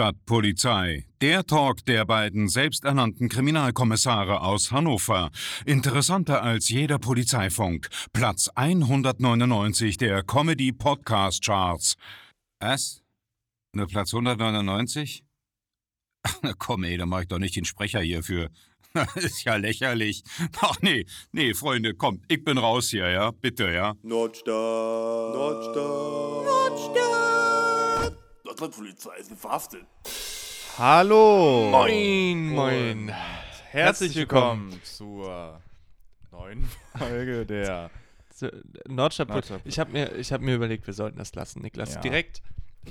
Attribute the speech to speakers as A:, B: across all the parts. A: Nordstadtpolizei, der Talk der beiden selbsternannten Kriminalkommissare aus Hannover. Interessanter als jeder Polizeifunk. Platz 199 der Comedy Podcast Charts. Was? Ne Platz 199? Ach, na komm, ey, da mach ich doch nicht den Sprecher hierfür. Das ist ja lächerlich. Ach nee, nee, Freunde, kommt, ich bin raus hier, ja? Bitte, ja?
B: Nordstadt. Nordstadt. Nordstadt. Nordstadtpolizei ist verhaftet.
C: Hallo!
D: Moin, moin.
C: Und Herzlich,
D: Herzlich
C: willkommen,
D: willkommen.
C: zur neuen Folge der.
D: So, Nordstadt.
C: Nordstadt-
D: Ich habe mir, ich hab mir überlegt, wir sollten das lassen, Niklas.
C: Ja.
D: Direkt.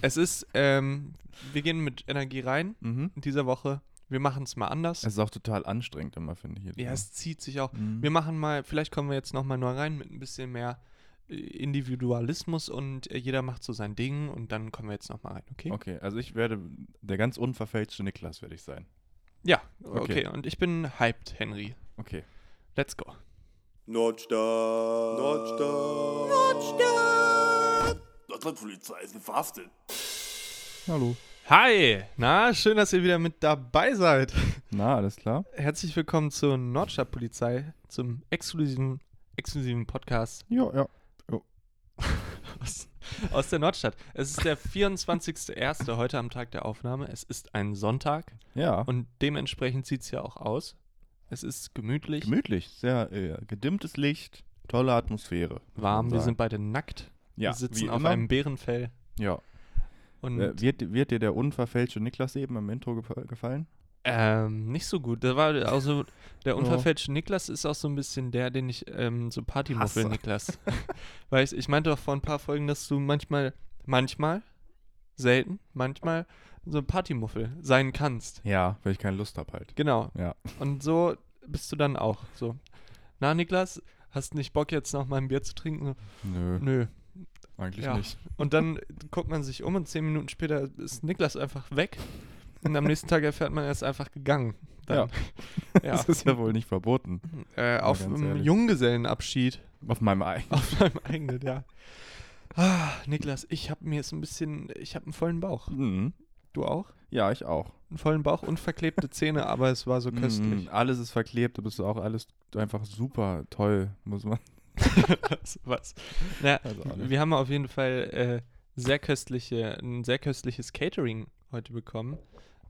D: Es ist, ähm, wir gehen mit Energie rein
C: Mhm.
D: in dieser Woche. Wir machen es mal anders.
C: Es ist auch total anstrengend immer, finde ich. jedes
D: ja,
C: Mal.
D: es zieht sich auch.
C: Mhm.
D: Wir machen mal, vielleicht kommen wir jetzt nochmal neu rein mit ein bisschen mehr äh, Individualismus und äh, jeder macht so sein Ding und dann kommen wir jetzt nochmal rein, okay?
C: Okay, also ich werde der ganz unverfälschte Niklas werde ich sein.
D: Ja,
C: Okay.
D: okay. Und ich bin hyped, Henry.
C: Okay.
D: Let's go.
B: Nordstadt. Nordstadt. Nordstadt. Nordstadtpolizei ist verhaftet.
C: Hallo.
D: Hi! Na, schön, dass ihr wieder mit dabei seid.
C: Na, alles klar?
D: Herzlich willkommen zur Nordstadtpolizei, zum exklusiven, exklusiven Podcast
C: Ja, ja.
D: aus, aus der Nordstadt. Es ist der 24.01. heute am Tag der Aufnahme. Es ist ein Sonntag
C: Ja.
D: und dementsprechend sieht es ja auch aus. Es ist gemütlich,
C: gemütlich, sehr äh, gedimmtes Licht, tolle Atmosphäre. muss
D: warm,
C: man
D: wir
C: sagen.
D: sind beide nackt,
C: ja,
D: wir sitzen
C: wie
D: auf
C: immer.
D: einem Bärenfell
C: Ja.
D: und
C: Äh, wird, wird dir der unverfälschte Niklas eben im Intro gefa- gefallen?
D: ähm, nicht so gut. Da war also
C: Ja.
D: der unverfälschte Niklas ist auch so ein bisschen der, den ich ähm, so Partymuffel
C: Hasse.
D: Niklas. Weil ich, ich meinte doch vor ein paar Folgen, dass du manchmal, manchmal, selten, manchmal so ein Partymuffel sein kannst.
C: Ja. Weil ich keine Lust habe halt.
D: Genau.
C: Ja.
D: Und so bist du dann auch. So. Na, Niklas, hast nicht Bock, jetzt noch mal ein Bier zu trinken?
C: Nö,
D: Nö.
C: eigentlich
D: Ja.
C: nicht.
D: Und dann guckt man sich um und zehn Minuten später ist Niklas einfach weg. Und am nächsten Tag erfährt man, er ist einfach gegangen. Dann, ja.
C: Das ist ja wohl nicht verboten.
D: äh, auf
C: ganz
D: einem
C: ehrlich.
D: Junggesellenabschied.
C: Auf meinem Ei.
D: Auf deinem eigenen, ja. Ah, Niklas, ich habe mir jetzt ein bisschen, ich habe einen vollen Bauch.
C: Mhm.
D: Du auch?
C: Ja, ich auch.
D: Einen vollen Bauch und verklebte Zähne, aber es war so köstlich.
C: Mhm. Alles ist verklebt, aber es ist auch alles einfach super toll, muss man.
D: Was? was? Naja,
C: Also alles.
D: wir haben auf jeden Fall äh, sehr köstliche, ein sehr köstliches Catering heute bekommen.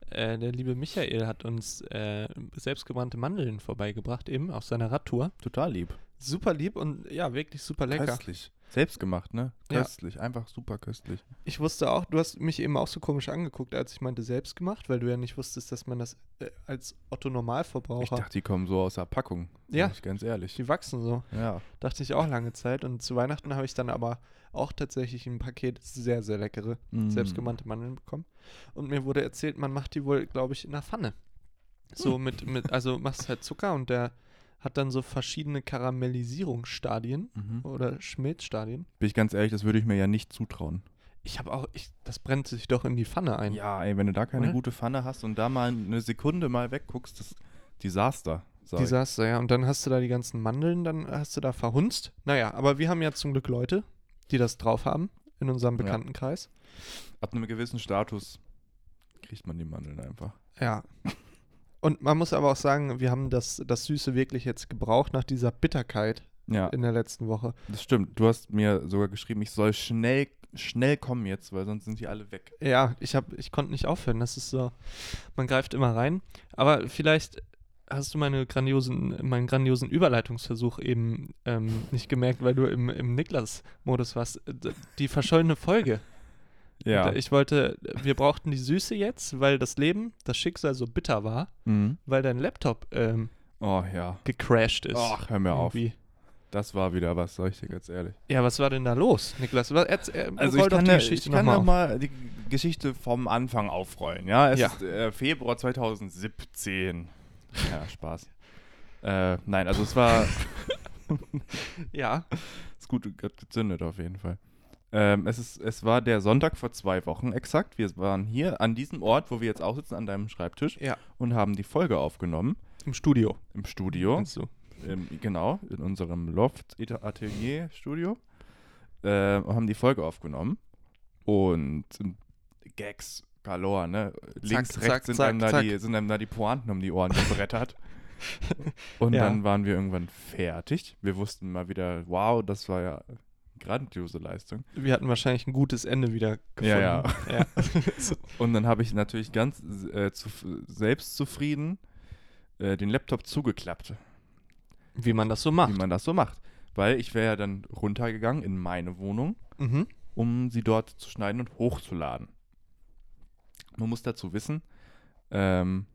D: Äh, der liebe Michael hat uns äh, selbstgebrannte Mandeln vorbeigebracht, eben auf seiner Radtour.
C: Total lieb.
D: Super lieb und ja, wirklich super lecker.
C: Köstlich. Selbstgemacht, ne?
D: Ja.
C: Köstlich, einfach super köstlich.
D: Ich wusste auch, du hast mich eben auch so komisch angeguckt, als ich meinte selbstgemacht, weil du ja nicht wusstest, dass man das äh, als Otto
C: Ich
D: Normalverbraucher,
C: dachte, die kommen so aus der Packung. sag
D: Ja.
C: Ich ganz ehrlich.
D: die wachsen so.
C: Ja.
D: Dachte ich auch lange Zeit und zu Weihnachten habe ich dann aber auch tatsächlich ein Paket sehr, sehr leckere
C: Mm.
D: selbstgemannte Mandeln bekommen. Und mir wurde erzählt, man macht die wohl, glaube ich, in der Pfanne. So
C: Hm.
D: mit, mit, also machst halt Zucker und der hat dann so verschiedene Karamellisierungsstadien
C: Mhm.
D: oder Schmilzstadien.
C: Bin ich ganz ehrlich, das würde ich mir ja nicht zutrauen.
D: Ich habe auch, ich, das brennt sich doch in die Pfanne ein.
C: Ja, ey, wenn du da keine
D: Oder?
C: gute Pfanne hast und da mal eine Sekunde mal wegguckst, das ist Desaster. sag ich.
D: Desaster, ja. Und dann hast du da die ganzen Mandeln, dann hast du da verhunzt. Naja, aber wir haben ja zum Glück Leute, die das drauf haben in unserem
C: Ja.
D: Bekanntenkreis.
C: Ab einem gewissen Status kriegt man die Mandeln einfach.
D: Ja. Und man muss aber auch sagen, wir haben das, das Süße wirklich jetzt gebraucht nach dieser Bitterkeit
C: Ja,
D: in der letzten Woche.
C: das stimmt. Du hast mir sogar geschrieben, ich soll schnell, schnell kommen jetzt, weil sonst sind die alle weg.
D: Ja, ich hab, ich konnte nicht aufhören. Das ist so, man greift immer rein. Aber vielleicht hast du meine grandiosen, meinen grandiosen Überleitungsversuch eben ähm, nicht gemerkt, weil du im, im Niklas-Modus warst. D- Die verschollene Folge.
C: Ja.
D: Ich wollte, wir brauchten die Süße jetzt, weil das Leben, das Schicksal so bitter war,
C: Mhm.
D: weil dein Laptop ähm,
C: Oh ja.
D: gecrashed ist.
C: Ach, hör mir auf.
D: Irgendwie.
C: Das war wieder was, sag ich dir ganz ehrlich.
D: Ja, was war denn da los, Niklas? Was, erz, äh,
C: Also
D: roll
C: ich kann,
D: doch
C: ja-
D: die
C: ich
D: Geschichte
C: kann noch
D: nochmal.
C: mal die Geschichte vom Anfang aufrollen. Ja, es
D: Ja.
C: ist äh, Februar 2017. Ja, Spaß. äh, nein, also es war
D: Ja,
C: ist gut hat gezündet auf jeden Fall. Ähm, es, ist, es war der Sonntag vor zwei Wochen exakt. Wir waren hier an diesem Ort, wo wir jetzt auch sitzen, an deinem Schreibtisch
D: Ja.
C: und haben die Folge aufgenommen
D: im Studio.
C: im Studio.
D: Kannst du.
C: Ähm, genau, in unserem Loft-Atelier-Studio. Ähm, und haben die Folge aufgenommen. Und Gags, Galore, ne? Links,
E: Zack,
C: rechts
E: zack,
C: sind,
E: zack,
C: einem Da
E: zack.
C: die, sind einem da die Pointen um die Ohren gebrettert. Und
D: Ja.
C: dann waren wir irgendwann fertig. Wir wussten mal wieder, wow, das war ja grandiose Leistung.
D: Wir hatten wahrscheinlich ein gutes Ende wieder gefunden.
C: Ja,
D: ja.
C: Und dann habe ich natürlich ganz äh, zu, selbstzufrieden äh, den Laptop zugeklappt,
D: Wie man das so macht.
C: wie man das so macht. Weil ich wäre ja dann runtergegangen in meine Wohnung,
D: Mhm.
C: um sie dort zu schneiden und hochzuladen. Man muss dazu wissen, ähm,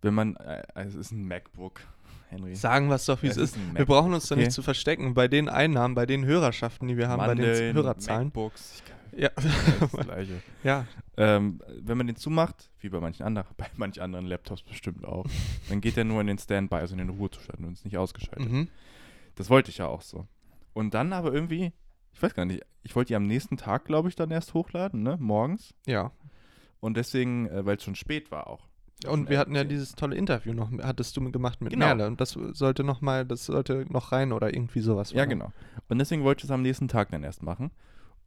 C: wenn man, äh, also es ist ein MacBook, Henry.
D: Sagen wir es doch, wie
C: Ja,
D: es
C: es ist
D: ist.
C: ein
D: Wir
C: Mac.
D: brauchen uns da
C: Okay.
D: nicht zu verstecken. Bei den Einnahmen, bei den Hörerschaften, die wir haben, bei den
C: Mandeln,
D: Hörerzahlen.
C: MacBooks, ich kann,
D: Ja.
C: das ist das Gleiche.
D: ja,
C: Ähm, wenn man den zumacht, wie bei manchen anderen, bei manch anderen Laptops bestimmt auch, dann geht er nur in den Standby, also in den Ruhezustand und ist nicht ausgeschaltet.
D: mhm.
C: Das wollte ich ja auch so. Und dann aber irgendwie, ich weiß gar nicht, ich wollte die am nächsten Tag, glaube ich, dann erst hochladen, ne? Morgens.
D: ja.
C: Und deswegen, äh, weil es schon spät war auch.
D: Und wir hatten ja
C: erzählen.
D: dieses tolle Interview noch, hattest du gemacht mit
C: Genau.
D: Merle. Und das sollte noch mal, das sollte noch rein oder irgendwie sowas.
C: Ja,
D: war.
C: genau. Und deswegen wollte ich es am nächsten Tag dann erst machen.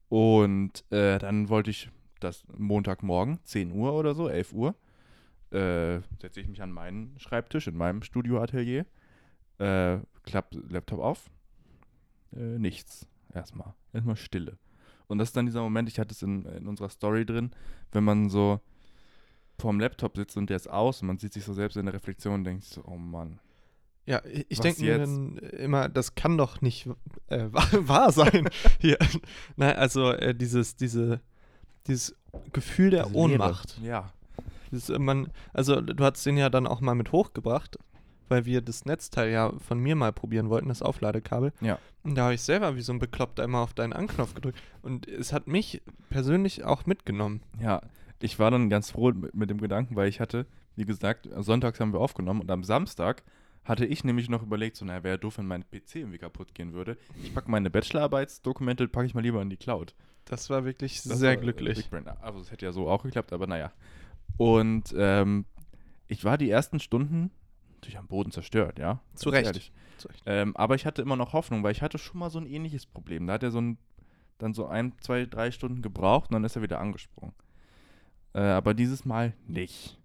C: Und äh, dann wollte ich das Montagmorgen, 10 Uhr oder so, 11 Uhr, äh, setze ich mich an meinen Schreibtisch in meinem Studioatelier, äh, klappe Laptop auf, äh, nichts erstmal. Erstmal Stille. Und das ist dann dieser Moment, ich hatte es in, in unserer Story drin, wenn man so vorm Laptop sitzt und der ist aus und man sieht sich so selbst in der Reflexion und denkt so, oh Mann,
D: Ja, ich, ich
C: Was
D: denke mir
C: jetzt?
D: dann immer, das kann doch nicht äh, wahr, wahr sein. Hier. Nein, also äh, dieses, diese, dieses Gefühl der
C: diese Leere.
D: Ohnmacht.
C: Ja.
D: Das, äh, man, also du hast den ja dann auch mal mit hochgebracht, weil wir das Netzteil ja von mir mal probieren wollten, das Aufladekabel.
C: Ja.
D: Und da habe ich selber wie so ein Bekloppt einmal auf deinen Anknopf gedrückt. Und es hat mich persönlich auch mitgenommen.
C: Ja, ich war dann ganz froh mit, mit dem Gedanken, weil ich hatte, wie gesagt, sonntags haben wir aufgenommen und am Samstag hatte ich nämlich noch überlegt, so, naja, wäre doof, wenn mein PC irgendwie kaputt gehen würde. Ich packe meine Bachelorarbeitsdokumente, packe ich mal lieber in die Cloud.
D: Das war wirklich
C: Das
D: sehr
C: war, äh,
D: glücklich.
C: Big Brain. Also es hätte ja so auch geklappt, aber naja. Und ähm, ich war die ersten Stunden natürlich am Boden zerstört, ja.
D: Zu
C: Ganz
D: Recht.
C: ehrlich.
D: Zu Recht.
C: Ähm, aber ich hatte immer noch Hoffnung, weil ich hatte schon mal so ein ähnliches Problem. Da hat er so ein, dann so ein, zwei, drei Stunden gebraucht und dann ist er wieder angesprungen. Äh, aber dieses Mal nicht.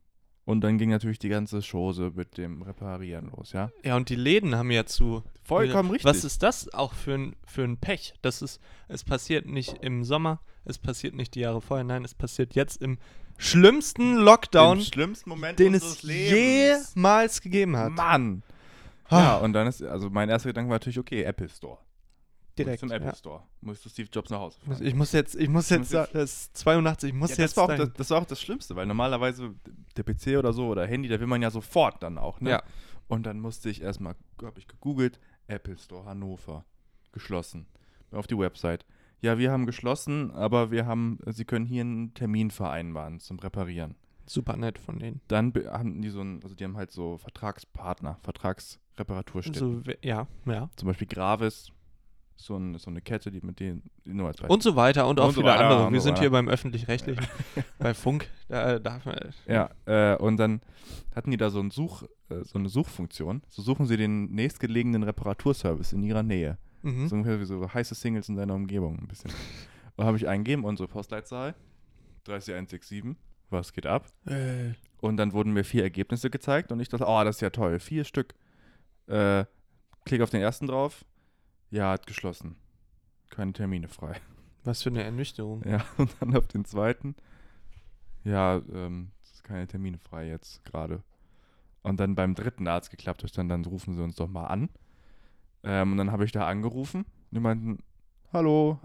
C: Und dann ging natürlich die ganze Chose mit dem Reparieren los, ja.
D: Ja, und die Läden haben ja zu.
C: Vollkommen
D: Ja,
C: richtig.
D: Was ist das auch für ein, für ein Pech? Das ist, es passiert nicht im Sommer, es passiert nicht die Jahre vorher, nein, es passiert jetzt im schlimmsten Lockdown,
C: Im schlimmsten Moment
D: den
C: unseres
D: es
C: Lebens.
D: jemals gegeben hat. Ah.
C: Mann! Ja, und dann ist, also mein erster Gedanke war natürlich, okay, Apple Store. Muss
D: Direkt.
C: ich zum Apple
D: ja.
C: Store. Muss zu Steve Jobs nach Hause fahren.
D: Muss- Ich muss jetzt, ich muss jetzt,
C: Muss
D: da-
C: jetzt-
D: das ist 82, ich muss
C: ja,
D: jetzt.
C: das, war auch
D: dahin.
C: das, das war auch das Schlimmste, weil normalerweise der PC oder so oder Handy, da will man ja sofort dann auch. Ne?
D: Ja.
C: Und dann musste ich erstmal, habe ich gegoogelt, Apple Store Hannover, geschlossen. Bin auf die Website. Ja, wir haben geschlossen, aber wir haben, sie können hier einen Termin vereinbaren zum Reparieren.
D: Super nett von denen.
C: Dann be- haben die so ein, also die haben halt so Vertragspartner, Vertragsreparaturstätten.
D: So, we- ja, ja.
C: Zum Beispiel Gravis, so, ein, so eine Kette, die mit denen, nur als Beispiel.
D: Und so weiter und auch
C: Und so
D: viele
C: weiter
D: andere.
C: und
D: Wir
C: so
D: sind
C: weiter.
D: hier beim Öffentlich-Rechtlichen, bei Funk. Da darf man.
C: Ja, äh, und dann hatten die da so, ein Such, äh, so eine Suchfunktion. So suchen sie den nächstgelegenen Reparaturservice in ihrer Nähe.
D: Mhm.
C: So ungefähr wie so heiße Singles in deiner Umgebung ein bisschen. und habe ich eingegeben, unsere Postleitzahl, 30167, was geht ab?
D: Äh,
C: Und dann wurden mir vier Ergebnisse gezeigt und ich dachte, oh, das ist ja toll, vier Stück. Äh, klick auf den ersten drauf, ja, hat geschlossen. Keine Termine frei.
D: was für eine Ernüchterung.
C: Ja, und dann auf den zweiten. Ja, ähm, es ist keine Termine frei jetzt gerade. Und dann beim dritten Arzt geklappt ist, dann, dann rufen sie uns doch mal an. Ähm, und dann habe ich da angerufen. Die meinten, hallo.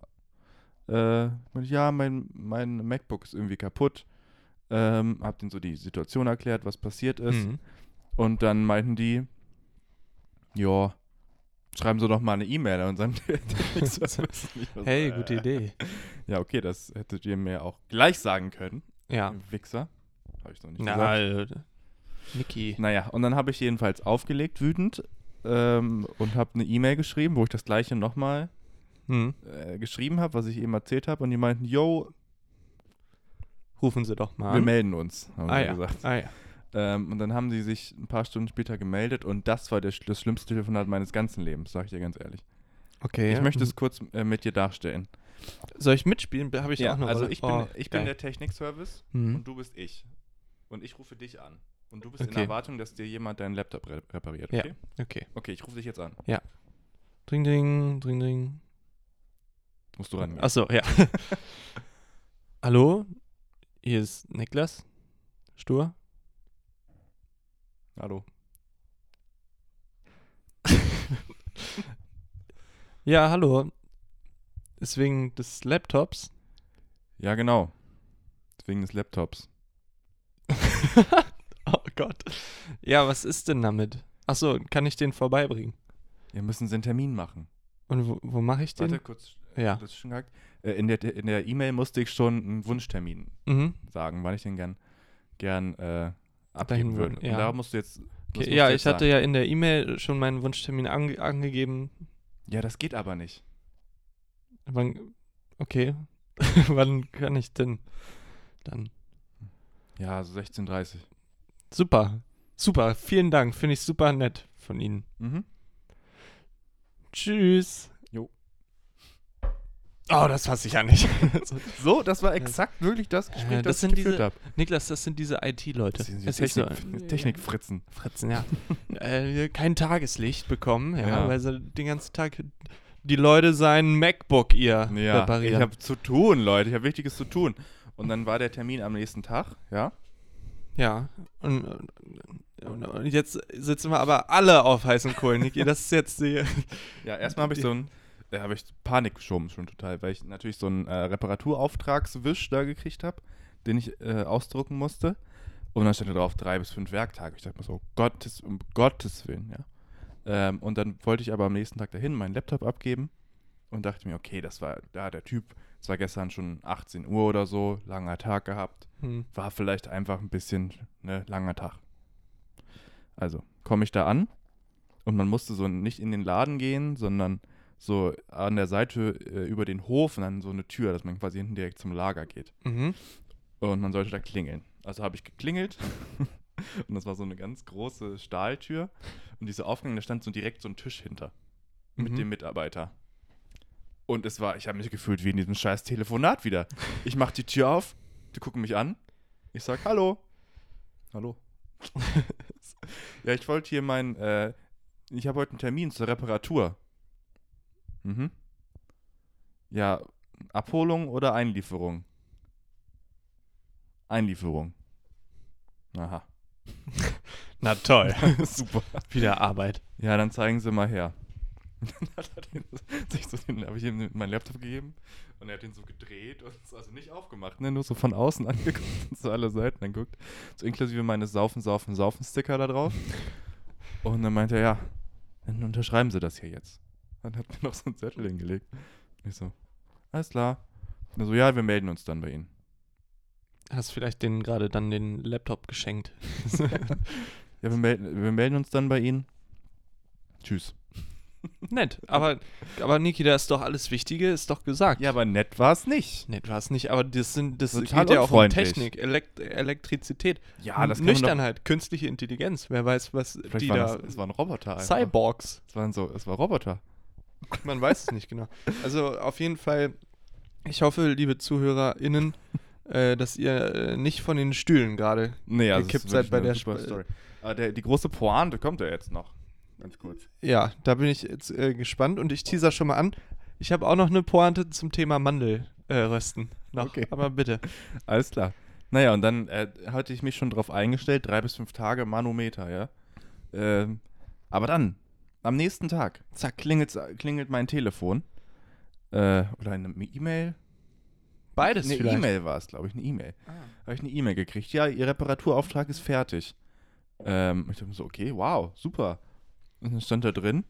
C: Äh, meinte ich, ja, mein, mein MacBook ist irgendwie kaputt. Ähm, hab denen so die Situation erklärt, was passiert ist.
D: Mhm.
C: Und dann meinten die, ja, schreiben sie doch mal eine E-Mail an unseren Technik-Service. Und ich war so,
D: Hey,
C: äh,
D: gute Idee.
C: ja, okay, das hättet ihr mir auch gleich sagen können,
D: Ja.
C: ihr Wichser. Habe ich noch nicht
D: Ah. Na,
C: gesagt.
D: äh, Niki.
C: Naja, und dann habe ich jedenfalls aufgelegt, wütend, ähm, und habe eine E-Mail geschrieben, wo ich das gleiche nochmal
D: Hm.
C: äh, geschrieben habe, was ich eben erzählt habe. Und die meinten, yo,
D: Rufen Sie doch mal
C: wir
D: an.
C: melden uns, haben
D: ah,
C: sie
D: ja.
C: gesagt.
D: ah ja.
C: Ähm, und dann haben sie sich ein paar Stunden später gemeldet und das war der, sch- das schlimmste Telefonat meines ganzen Lebens, sage ich dir ganz ehrlich.
D: Okay.
C: Ich möchte es kurz äh, mit dir darstellen.
D: Mhm. Soll ich mitspielen? Habe ich auch eine
C: also
D: Rolle?
C: ich bin,
D: Oh,
C: ich bin
D: geil.
C: der Technikservice
D: Mhm.
C: und du bist ich. Und ich rufe dich an. Und du bist in
D: Okay.
C: Erwartung, dass dir jemand deinen Laptop re repariert,
D: Ja.
C: okay?
D: Okay.
C: Okay, ich rufe dich jetzt an.
D: Dring, dring, dring, dring.
C: Musst du ran.
D: Achso, ja. Hallo, hier ist Niklas Stur.
C: Hallo.
D: Ja, hallo. Ist wegen des Laptops.
C: Ja, genau. Wegen des Laptops.
D: Oh Gott. Ja, was ist denn damit? Achso, kann ich den vorbeibringen?
C: Wir müssen sie einen Termin machen.
D: Und wo, wo mache ich den?
C: Warte kurz.
D: Ja.
C: Das ist schon gehackt. Äh, in der in der E-Mail musste ich schon einen Wunschtermin
D: Mhm.
C: sagen, wann ich den gern, gern äh,
D: Dahin
C: abgeben
D: würden,
C: würde.
D: ja.
C: Und da musst du jetzt. das musst
D: Okay,
C: du
D: ja,
C: jetzt halt
D: ich hatte
C: sagen.
D: ja in der E-Mail schon meinen Wunschtermin ange angegeben.
C: Ja, das geht aber nicht.
D: Wann, okay. Wann kann ich denn dann?
C: Ja, so 16.30 Uhr.
D: Super. Super. Vielen Dank. Finde ich super nett von Ihnen.
C: Mhm.
D: Tschüss.
C: Jo.
D: Oh, das fasse ich ja nicht. so,
C: So, das war exakt wirklich das Gespräch,
D: Äh, das
C: das,
D: sind
C: ich geführt
D: diese-
C: habe.
D: Niklas, das sind diese IT-Leute. Es ist so,
C: Technik, Technikfritzen.
D: Fritzen, ja. äh, kein Tageslicht bekommen, ja,
C: Ja.
D: weil sie den ganzen Tag die Leute sein MacBook ihr
C: Ja, ich
D: reparieren.
C: habe zu tun, Leute. Ich habe Wichtiges zu tun. Und dann war der Termin am nächsten Tag, ja?
D: ja. Und, und, und jetzt sitzen wir aber alle auf heißen Kohlen, Niki. Das ist jetzt die.
C: Ja, erstmal habe ich so ein. Da habe ich Panik geschoben schon total, weil ich natürlich so einen äh, Reparaturauftragswisch da gekriegt habe, den ich äh, ausdrucken musste. Und dann stand da drauf drei bis fünf Werktage. Ich dachte mir so, Gottes, um Gottes Willen, ja. Ähm, und dann wollte ich aber am nächsten Tag dahin meinen Laptop abgeben und dachte mir, okay, das war da der Typ. Es war gestern schon 18 Uhr oder so, langer Tag gehabt.
D: Hm.
C: war vielleicht einfach ein bisschen ne, langer Tag. Also komme ich da an und man musste so nicht in den Laden gehen, sondern so an der Seite äh, über den Hof und dann so eine Tür, dass man quasi hinten direkt zum Lager geht.
D: Mhm.
C: Und man sollte da klingeln. Also habe ich geklingelt und das war so eine ganz große Stahltür und diese Aufgang, da stand so direkt so ein Tisch hinter mit
D: Mhm.
C: dem Mitarbeiter. Und es war, ich habe mich gefühlt wie in diesem scheiß Telefonat wieder. Ich mache die Tür auf, die gucken mich an. Ich sag Hallo. Hallo. ja, ich wollte hier mein, äh, ich habe heute einen Termin zur Reparatur. Mhm. Ja, Abholung oder Einlieferung? Einlieferung. Aha.
D: Na toll.
C: Super.
D: Wieder Arbeit.
C: Ja, dann zeigen Sie mal her. Dann hat er den, sich so den, habe ich ihm meinen Laptop gegeben und er hat den so gedreht und es also nicht aufgemacht, ne? nur so von außen angeguckt und so alle Seiten anguckt. So inklusive meines Saufen, Saufen, Saufen-Sticker da drauf. Und dann meinte er, ja, dann unterschreiben Sie das hier jetzt. Dann hat mir noch so einen Zettel hingelegt. Und ich so, alles klar. Und er so, ja, wir melden uns dann bei Ihnen.
D: Hast vielleicht den gerade dann den Laptop geschenkt.
C: Ja, wir melden, wir melden uns dann bei Ihnen. Tschüss.
D: Nett, aber, aber Niki, da ist doch alles Wichtige, ist doch gesagt.
C: Ja, aber nett war es nicht.
D: Nett war es nicht, aber das, sind, das
C: Total
D: geht ja auch um
C: unfreundlich.
D: Technik, Elekt Elektrizität,
C: Ja, das kann man doch-
D: Nüchternheit, künstliche Intelligenz. Wer weiß, was
C: Vielleicht
D: die
C: waren
D: da.
C: das, es waren Roboter. einfach.
D: Cyborgs.
C: Es waren so, es war Roboter.
D: Man weiß es nicht genau. Also auf jeden Fall, ich hoffe, liebe ZuhörerInnen, äh, dass ihr äh, nicht von den Stühlen gerade.
C: Naja,
D: Ihr kippt halt bei der Sp-
C: Aber Ah, der, die große Pointe kommt ja jetzt noch. Ganz kurz.
D: Ja, da bin ich jetzt äh, gespannt und ich teaser schon mal an. Ich habe auch noch eine Pointe zum Thema Mandelrösten. Äh, Rösten noch,
C: Okay.
D: aber bitte.
C: Alles klar. Naja, und dann äh, hatte ich mich schon drauf eingestellt, drei bis fünf Tage Manometer, ja. Ähm, aber dann, am nächsten Tag, zack, klingelt, klingelt mein Telefon. Äh, oder eine E-Mail.
D: Beides
C: Eine
D: vielleicht. Ah.
C: E-Mail war es, glaube ich, eine E-Mail. Habe ich eine E-Mail gekriegt. Ja, Ihr Reparaturauftrag ist fertig. Ähm, ich dachte mir so, okay, wow, super. Und dann stand da drin,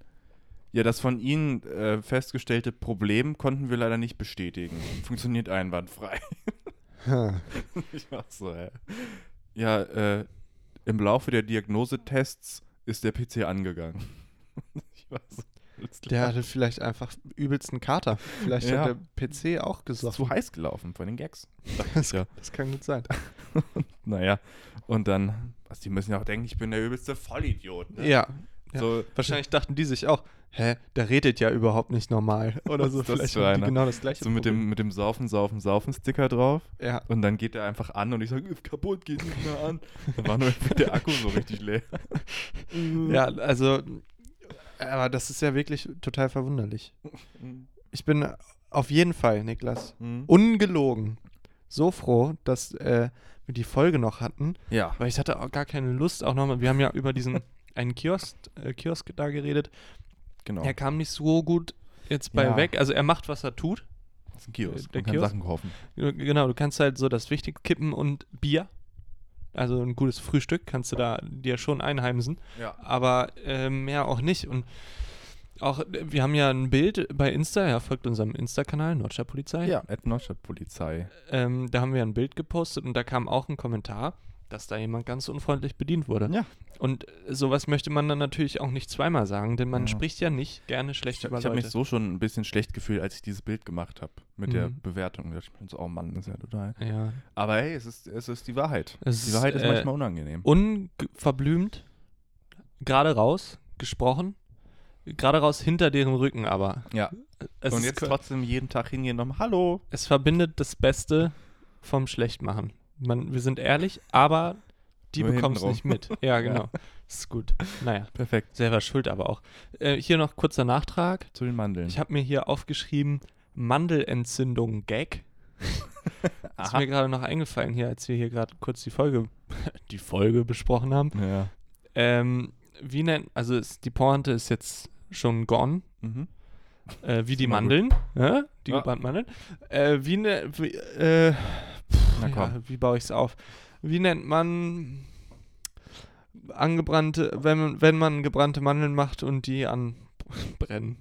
C: ja, das von Ihnen äh, festgestellte Problem konnten wir leider nicht bestätigen. Funktioniert einwandfrei. ich war so, hä? Ja, äh, im Laufe der Diagnosetests ist der PC angegangen. ich war so, alles klar.
D: Der hatte vielleicht einfach übelsten Kater. Vielleicht
C: Ja.
D: hat der PC auch
C: ist
D: gesoffen.
C: zu heiß gelaufen von den Gags.
D: Das,
C: Ja.
D: das kann gut sein.
C: Naja, und dann, also die müssen ja auch denken, ich bin der übelste Vollidiot. Ne?
D: Ja, Ja.
C: So,
D: Wahrscheinlich dachten die sich auch, hä, der redet ja überhaupt nicht normal. Oder so,
C: Was ist das
D: vielleicht
C: für
D: haben die
C: einer?
D: genau das gleiche.
C: so mit, dem, mit dem Saufen, Saufen, Saufen-Sticker drauf.
D: Problem. ja.
C: Und dann geht er einfach an und ich sage, kaputt, geht nicht mehr an. Dann war nur der Akku so richtig leer.
D: ja, also, aber das ist ja wirklich total verwunderlich. Ich bin auf jeden Fall, Niklas,
C: Mhm.
D: ungelogen so froh, dass äh, wir die Folge noch hatten,
C: Ja.
D: weil ich hatte auch gar keine Lust, auch nochmal, wir haben ja über diesen einen Kiosk, äh, Kiosk da geredet.
C: Genau.
D: Er kam nicht so gut jetzt bei
C: Ja.
D: weg. Also er macht, was er tut.
C: das ist ein Kiosk.
D: der
C: Man kann
D: Kiosk.
C: Sachen kaufen.
D: Genau, du kannst halt so das Wichtige kippen und Bier. Also ein gutes Frühstück kannst du da dir schon einheimsen.
C: Ja.
D: Aber äh, mehr auch nicht. Und auch, äh, wir haben ja ein Bild bei Insta, ja, folgt unserem Insta-Kanal, Nordscher Polizei.
C: Ja, at Nordstadtpolizei.
D: Ähm, da haben wir ein Bild gepostet und da kam auch ein Kommentar, dass da jemand ganz unfreundlich bedient wurde.
C: Ja.
D: Und äh, sowas möchte man dann natürlich auch nicht zweimal sagen, denn man
C: Ja.
D: spricht ja nicht gerne schlecht
C: Ich,
D: über
C: ich habe
D: Leute.
C: mich so schon ein bisschen schlecht gefühlt, als ich dieses Bild gemacht habe mit der
D: Mhm.
C: Bewertung. Da dachte ich mir so, oh Mann, das ist ja total.
D: ja.
C: Aber hey, es ist, es ist die Wahrheit.
D: Es
C: die Wahrheit ist
D: äh,
C: manchmal unangenehm.
D: unverblümt, gerade raus, gesprochen, gerade raus hinter deren Rücken aber.
C: Ja.
D: Es,
C: und
D: ist
C: jetzt
D: que-
C: trotzdem jeden Tag hingehen nochmal, hallo.
D: es verbindet das Beste vom Schlechtmachen. Man, wir sind ehrlich, aber die
C: Nur
D: bekommen es
C: hintenrum.
D: nicht mit. Ja, genau. Ist gut. Naja,
C: Perfekt.
D: selber schuld aber auch. Äh, hier noch kurzer Nachtrag.
C: Zu den Mandeln.
D: Ich habe mir hier aufgeschrieben, Mandelentzündung, Gag. Ist
C: Aha.
D: mir gerade noch eingefallen hier, als wir hier gerade kurz die Folge, die Folge besprochen haben.
C: ja.
D: Ähm, wie nennt, also ist, die Pointe ist jetzt schon gone,
C: Mhm.
D: äh, wie die
C: immer gut.
D: Mandeln, ne? die
C: Ja.
D: gebrannten Mandeln. Äh, wie, ne, wie, äh,
C: Na komm.
D: ja, wie baue ich es auf? Wie nennt man angebrannte, wenn, man- wenn man gebrannte Mandeln macht und die anbrennen?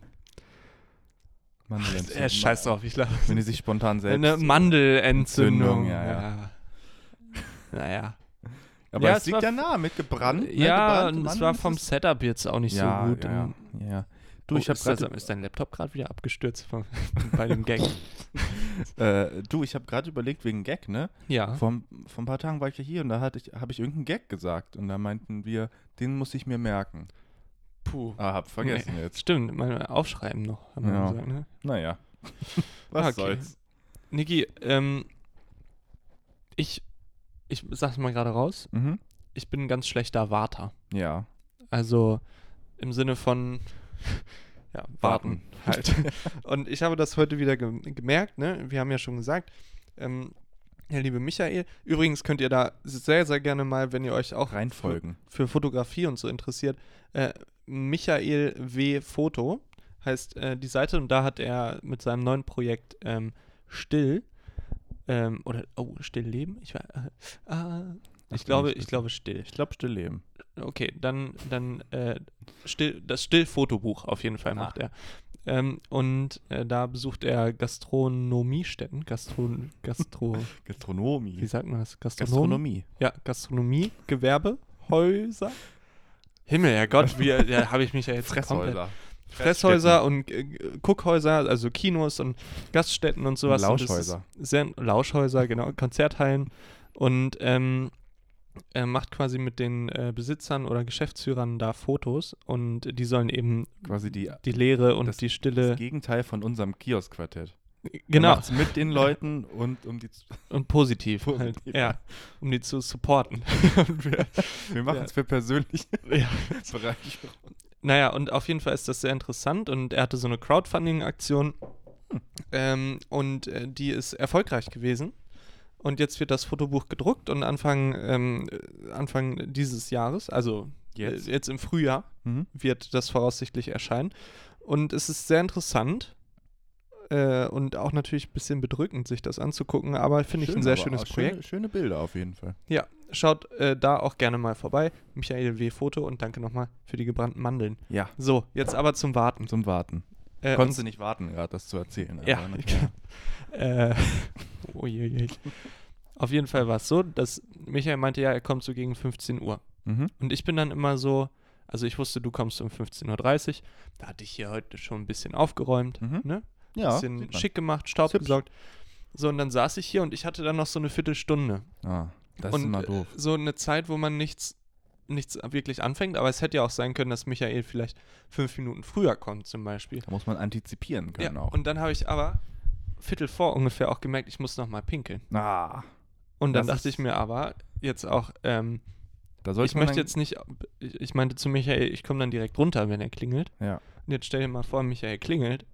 C: Mandeln.
D: Äh, scheiß drauf, ich lache.
C: Wenn die sich spontan selbst.
D: Eine
C: Entzündung,
D: Mandelentzündung.
C: ja, ja.
D: Naja.
C: Aber
D: Ja,
C: es
D: es
C: liegt
D: war-
C: ja nah, mit gebrannt. ne?
D: ja,
C: Gebrannte
D: und es
C: Mandeln,
D: war
C: das
D: vom
C: ist-
D: Setup jetzt auch nicht
C: ja,
D: so gut.
C: Ja, Oh,
D: und-
C: ja. ja. Du, ich habe
D: ist, das,
C: gerade
D: ist dein Laptop gerade wieder abgestürzt von, bei dem Gag?
C: äh, du, ich hab grad überlegt wegen Gag, ne?
D: Ja.
C: Vor, vor ein paar Tagen war ich ja hier und da hatte ich, habe ich irgendeinen Gag gesagt und da meinten wir, den muss ich mir merken.
D: Puh.
C: Ah, hab vergessen
D: Nee,
C: jetzt.
D: Stimmt, mal aufschreiben noch, haben wir
C: Ja.
D: gesagt, ne?
C: Naja. Was
D: Okay.
C: soll's?
D: Niki, ähm, ich, ich sag's mal gerade raus,
C: Mhm.
D: ich bin ein ganz schlechter Warter.
C: Ja.
D: Also im Sinne von ja, warten halt. Und ich habe das heute wieder ge gemerkt, ne? Wir haben ja schon gesagt, ähm, der liebe Michael, übrigens könnt ihr da sehr, sehr gerne mal, wenn ihr euch auch
C: Reinfolgen.
D: für Fotografie und so interessiert, äh, Michael W. Foto heißt äh, die Seite und da hat er mit seinem neuen Projekt ähm, Still ähm, oder oh, Stillleben? Ich, war, äh, ah, ich
C: Ach,
D: glaube,
C: nicht
D: ich
C: wissen.
D: glaube Still.
C: Ich glaube, still leben.
D: Okay, dann, dann äh, still, das Stillfotobuch auf jeden Fall macht er. Ähm, und äh, da besucht er Gastronomiestätten, Gastron, Gastro, wie
C: Gastronomie.
D: sagt man das? Gastronom
C: Gastronomie.
D: ja, Gastronomie, Gewerbehäuser. Himmel, ja Gott, wie, äh, da habe ich mich ja jetzt komplett-
C: Fresshäuser.
D: Fresshäuser und äh, Guckhäuser, also Kinos und Gaststätten und sowas.
C: Und
D: Und das ist
C: Lauschhäuser.
D: Sehr, Lauschhäuser, genau, Konzerthallen. Und ähm, er macht quasi mit den äh, Besitzern oder Geschäftsführern da Fotos und die sollen eben
C: Quasi die,
D: die Leere und
C: Das-
D: die
C: das
D: Stille.
C: Gegenteil von unserem Kiosk-Quartett. Er
D: Genau.
C: macht's mit den Leuten und um die. zu-
D: Und positiv.
C: Positiv,
D: Halt, ja. Um die zu supporten.
C: Und wir wir machen es für persönliche
D: ja.
C: Bereicherung.
D: Naja, und auf jeden Fall ist das sehr interessant und er hatte so eine Crowdfunding-Aktion ähm, und äh, die ist erfolgreich gewesen. Und jetzt wird das Fotobuch gedruckt und Anfang, ähm, äh, Anfang dieses Jahres, also
C: Jetzt?
D: jetzt, jetzt im Frühjahr,
C: Mhm.
D: wird das voraussichtlich erscheinen. Und es ist sehr interessant äh, und auch natürlich ein bisschen bedrückend, sich das anzugucken, aber finde ich
C: Schön,
D: ein sehr
C: aber
D: schönes
C: auch
D: Projekt.
C: Schöne, schöne Bilder auf jeden Fall.
D: Ja, schaut äh, da auch gerne mal vorbei. Michael W. Foto und danke nochmal für die gebrannten Mandeln.
C: Ja.
D: So, jetzt aber zum Warten.
C: Zum Warten.
D: Äh,
C: Konntest du nicht warten, gerade das zu erzählen.
D: und, ja.
C: aber, ne?
D: äh, uiuiui. Auf jeden Fall war es so, dass Michael meinte, ja, er kommt so gegen 15 Uhr.
C: Mhm.
D: Und ich bin dann immer so, also ich wusste, du kommst um 15.30 Uhr. Da hatte ich hier heute schon ein bisschen aufgeräumt,
C: Mhm.
D: ne?
C: Ja.
D: bisschen
C: sieht man.
D: schick gemacht, Staub
C: Ist hübsch.
D: gesaugt. So, und dann saß ich hier und ich hatte dann noch so eine Viertelstunde.
C: Ah, das
D: und
C: ist immer
D: äh,
C: doof.
D: so eine Zeit, wo man nichts nichts wirklich anfängt, aber es hätte ja auch sein können, dass Michael vielleicht fünf Minuten früher kommt zum Beispiel.
C: Da muss man antizipieren können
D: Ja,
C: auch.
D: und dann habe ich aber Viertel vor ungefähr auch gemerkt, ich muss nochmal pinkeln.
C: ah,
D: Und dann
C: Das
D: dachte
C: ist-
D: ich mir aber jetzt auch, ähm,
C: da sollte
D: ich
C: man
D: möchte
C: dann-
D: jetzt nicht, ich ich meinte zu Michael, ich komme dann direkt runter, wenn er klingelt.
C: Ja.
D: Und jetzt stell dir mal vor, Michael klingelt.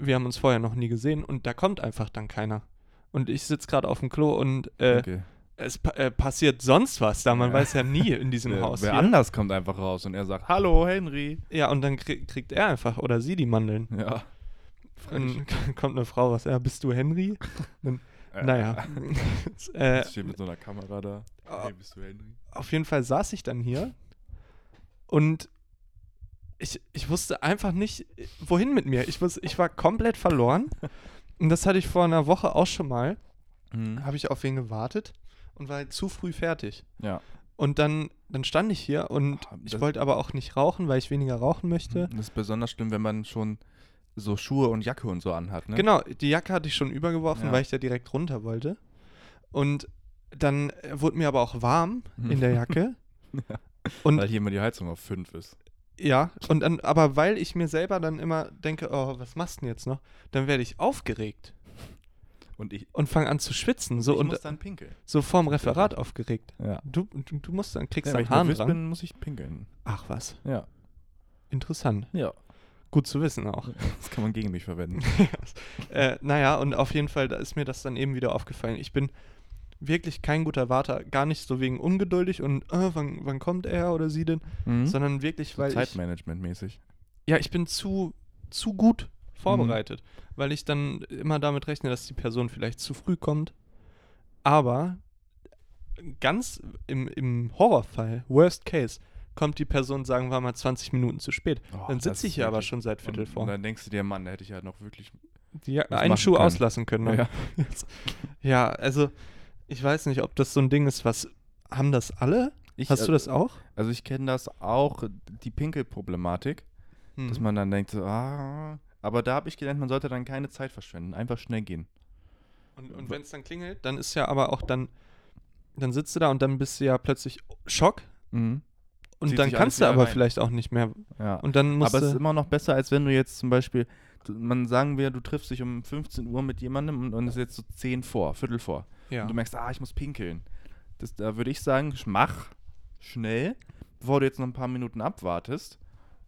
D: Wir haben uns vorher noch nie gesehen und da kommt einfach dann keiner. Und ich sitze gerade auf dem Klo und äh,
C: okay.
D: es pa äh, passiert sonst was da. Man
C: Ja.
D: weiß ja nie in diesem
C: Wer-
D: Haus.
C: Wer
D: hier.
C: anders kommt einfach raus und er sagt, hallo Henry.
D: Ja, und dann krie- kriegt er einfach oder sie die Mandeln.
C: Ja.
D: Dann kommt eine Frau was, ja, bist du Henry?
C: Äh,
D: Naja. äh,
C: Steht mit so einer Kamera da.
D: Ah.
C: Hey, bist du Henry?
D: auf jeden Fall saß ich dann hier und ich, ich wusste einfach nicht, wohin mit mir. Ich, wus- ich war komplett verloren. Und das hatte ich vor einer Woche auch schon mal.
C: Mhm.
D: Habe ich auf wen gewartet und war halt zu früh fertig.
C: Ja.
D: Und dann, dann stand ich hier und
C: Ah,
D: ich
C: das-
D: wollte aber auch nicht rauchen, weil ich weniger rauchen möchte.
C: Das ist besonders schlimm, wenn man schon so Schuhe und Jacke und so anhat, ne?
D: Genau, die Jacke hatte ich schon übergeworfen,
C: Ja.
D: weil ich da direkt runter wollte. Und dann äh, wurde mir aber auch warm
C: Hm.
D: in der Jacke. Und
C: Weil hier immer die Heizung auf 5 ist.
D: Ja, und dann, aber weil ich mir selber dann immer denke, oh, was machst du denn jetzt noch? Dann werde ich aufgeregt
C: Und ich,
D: und fange an zu schwitzen, so
C: ich
D: und äh,
C: muss dann pinkeln.
D: so vorm Referat aufgeregt.
C: Ja.
D: Du, du, du musst dann kriegst
C: wenn
D: dann
C: ich
D: Haaren
C: nervös
D: dran.
C: bin, muss ich pinkeln.
D: Ach was,
C: Ja.
D: interessant.
C: Ja.
D: Gut zu wissen auch.
C: Das kann man gegen mich verwenden.
D: äh, naja, und auf jeden Fall da ist mir das dann eben wieder aufgefallen. Ich bin wirklich kein guter Warter, gar nicht so wegen ungeduldig und äh, wann, wann kommt er oder sie denn,
C: Sondern
D: sondern wirklich,
C: so
D: weil ich
C: Zeitmanagement-mäßig.
D: ja, ich bin zu, zu gut
C: Mhm.
D: vorbereitet, weil ich dann immer damit rechne, dass die Person vielleicht zu früh kommt. Aber ganz im, im Horrorfall, worst case, kommt die Person, sagen wir mal, 20 Minuten zu spät.
C: Oh,
D: dann
C: das
D: sitze ich
C: ist
D: hier aber
C: wirklich-
D: schon seit Viertel
C: Und,
D: vor.
C: und dann denkst du dir, Mann, da hätte ich ja noch wirklich.
D: die
C: was
D: einen
C: machen
D: Schuh
C: können.
D: auslassen können. ne? ja, also ich weiß nicht, ob das so ein Ding ist, was haben das alle?
C: Ich,
D: Hast du das auch?
C: Also ich kenne das auch, die Pinkelproblematik,
D: Hm.
C: dass man dann denkt, so, ah. Aber da habe ich gelernt, man sollte dann keine Zeit verschwenden, einfach schnell gehen.
D: Und, und wenn es dann klingelt, dann ist ja aber auch dann, dann sitzt du da und dann bist du ja plötzlich Schock,
C: Mhm.
D: Und
C: Zieht
D: dann
C: sich
D: kannst
C: alles
D: du
C: wieder
D: aber
C: rein.
D: vielleicht auch nicht mehr.
C: Ja.
D: Und dann musst
C: Aber es ist
D: du.
C: immer noch besser, als wenn du jetzt zum Beispiel, man sagen wir, du triffst dich um 15 Uhr mit jemandem und, und es ist jetzt so 10 vor, Viertel vor.
D: Ja.
C: Und du merkst, ah, ich muss pinkeln. Das, da würde ich sagen, sch- mach schnell, bevor du jetzt noch ein paar Minuten abwartest.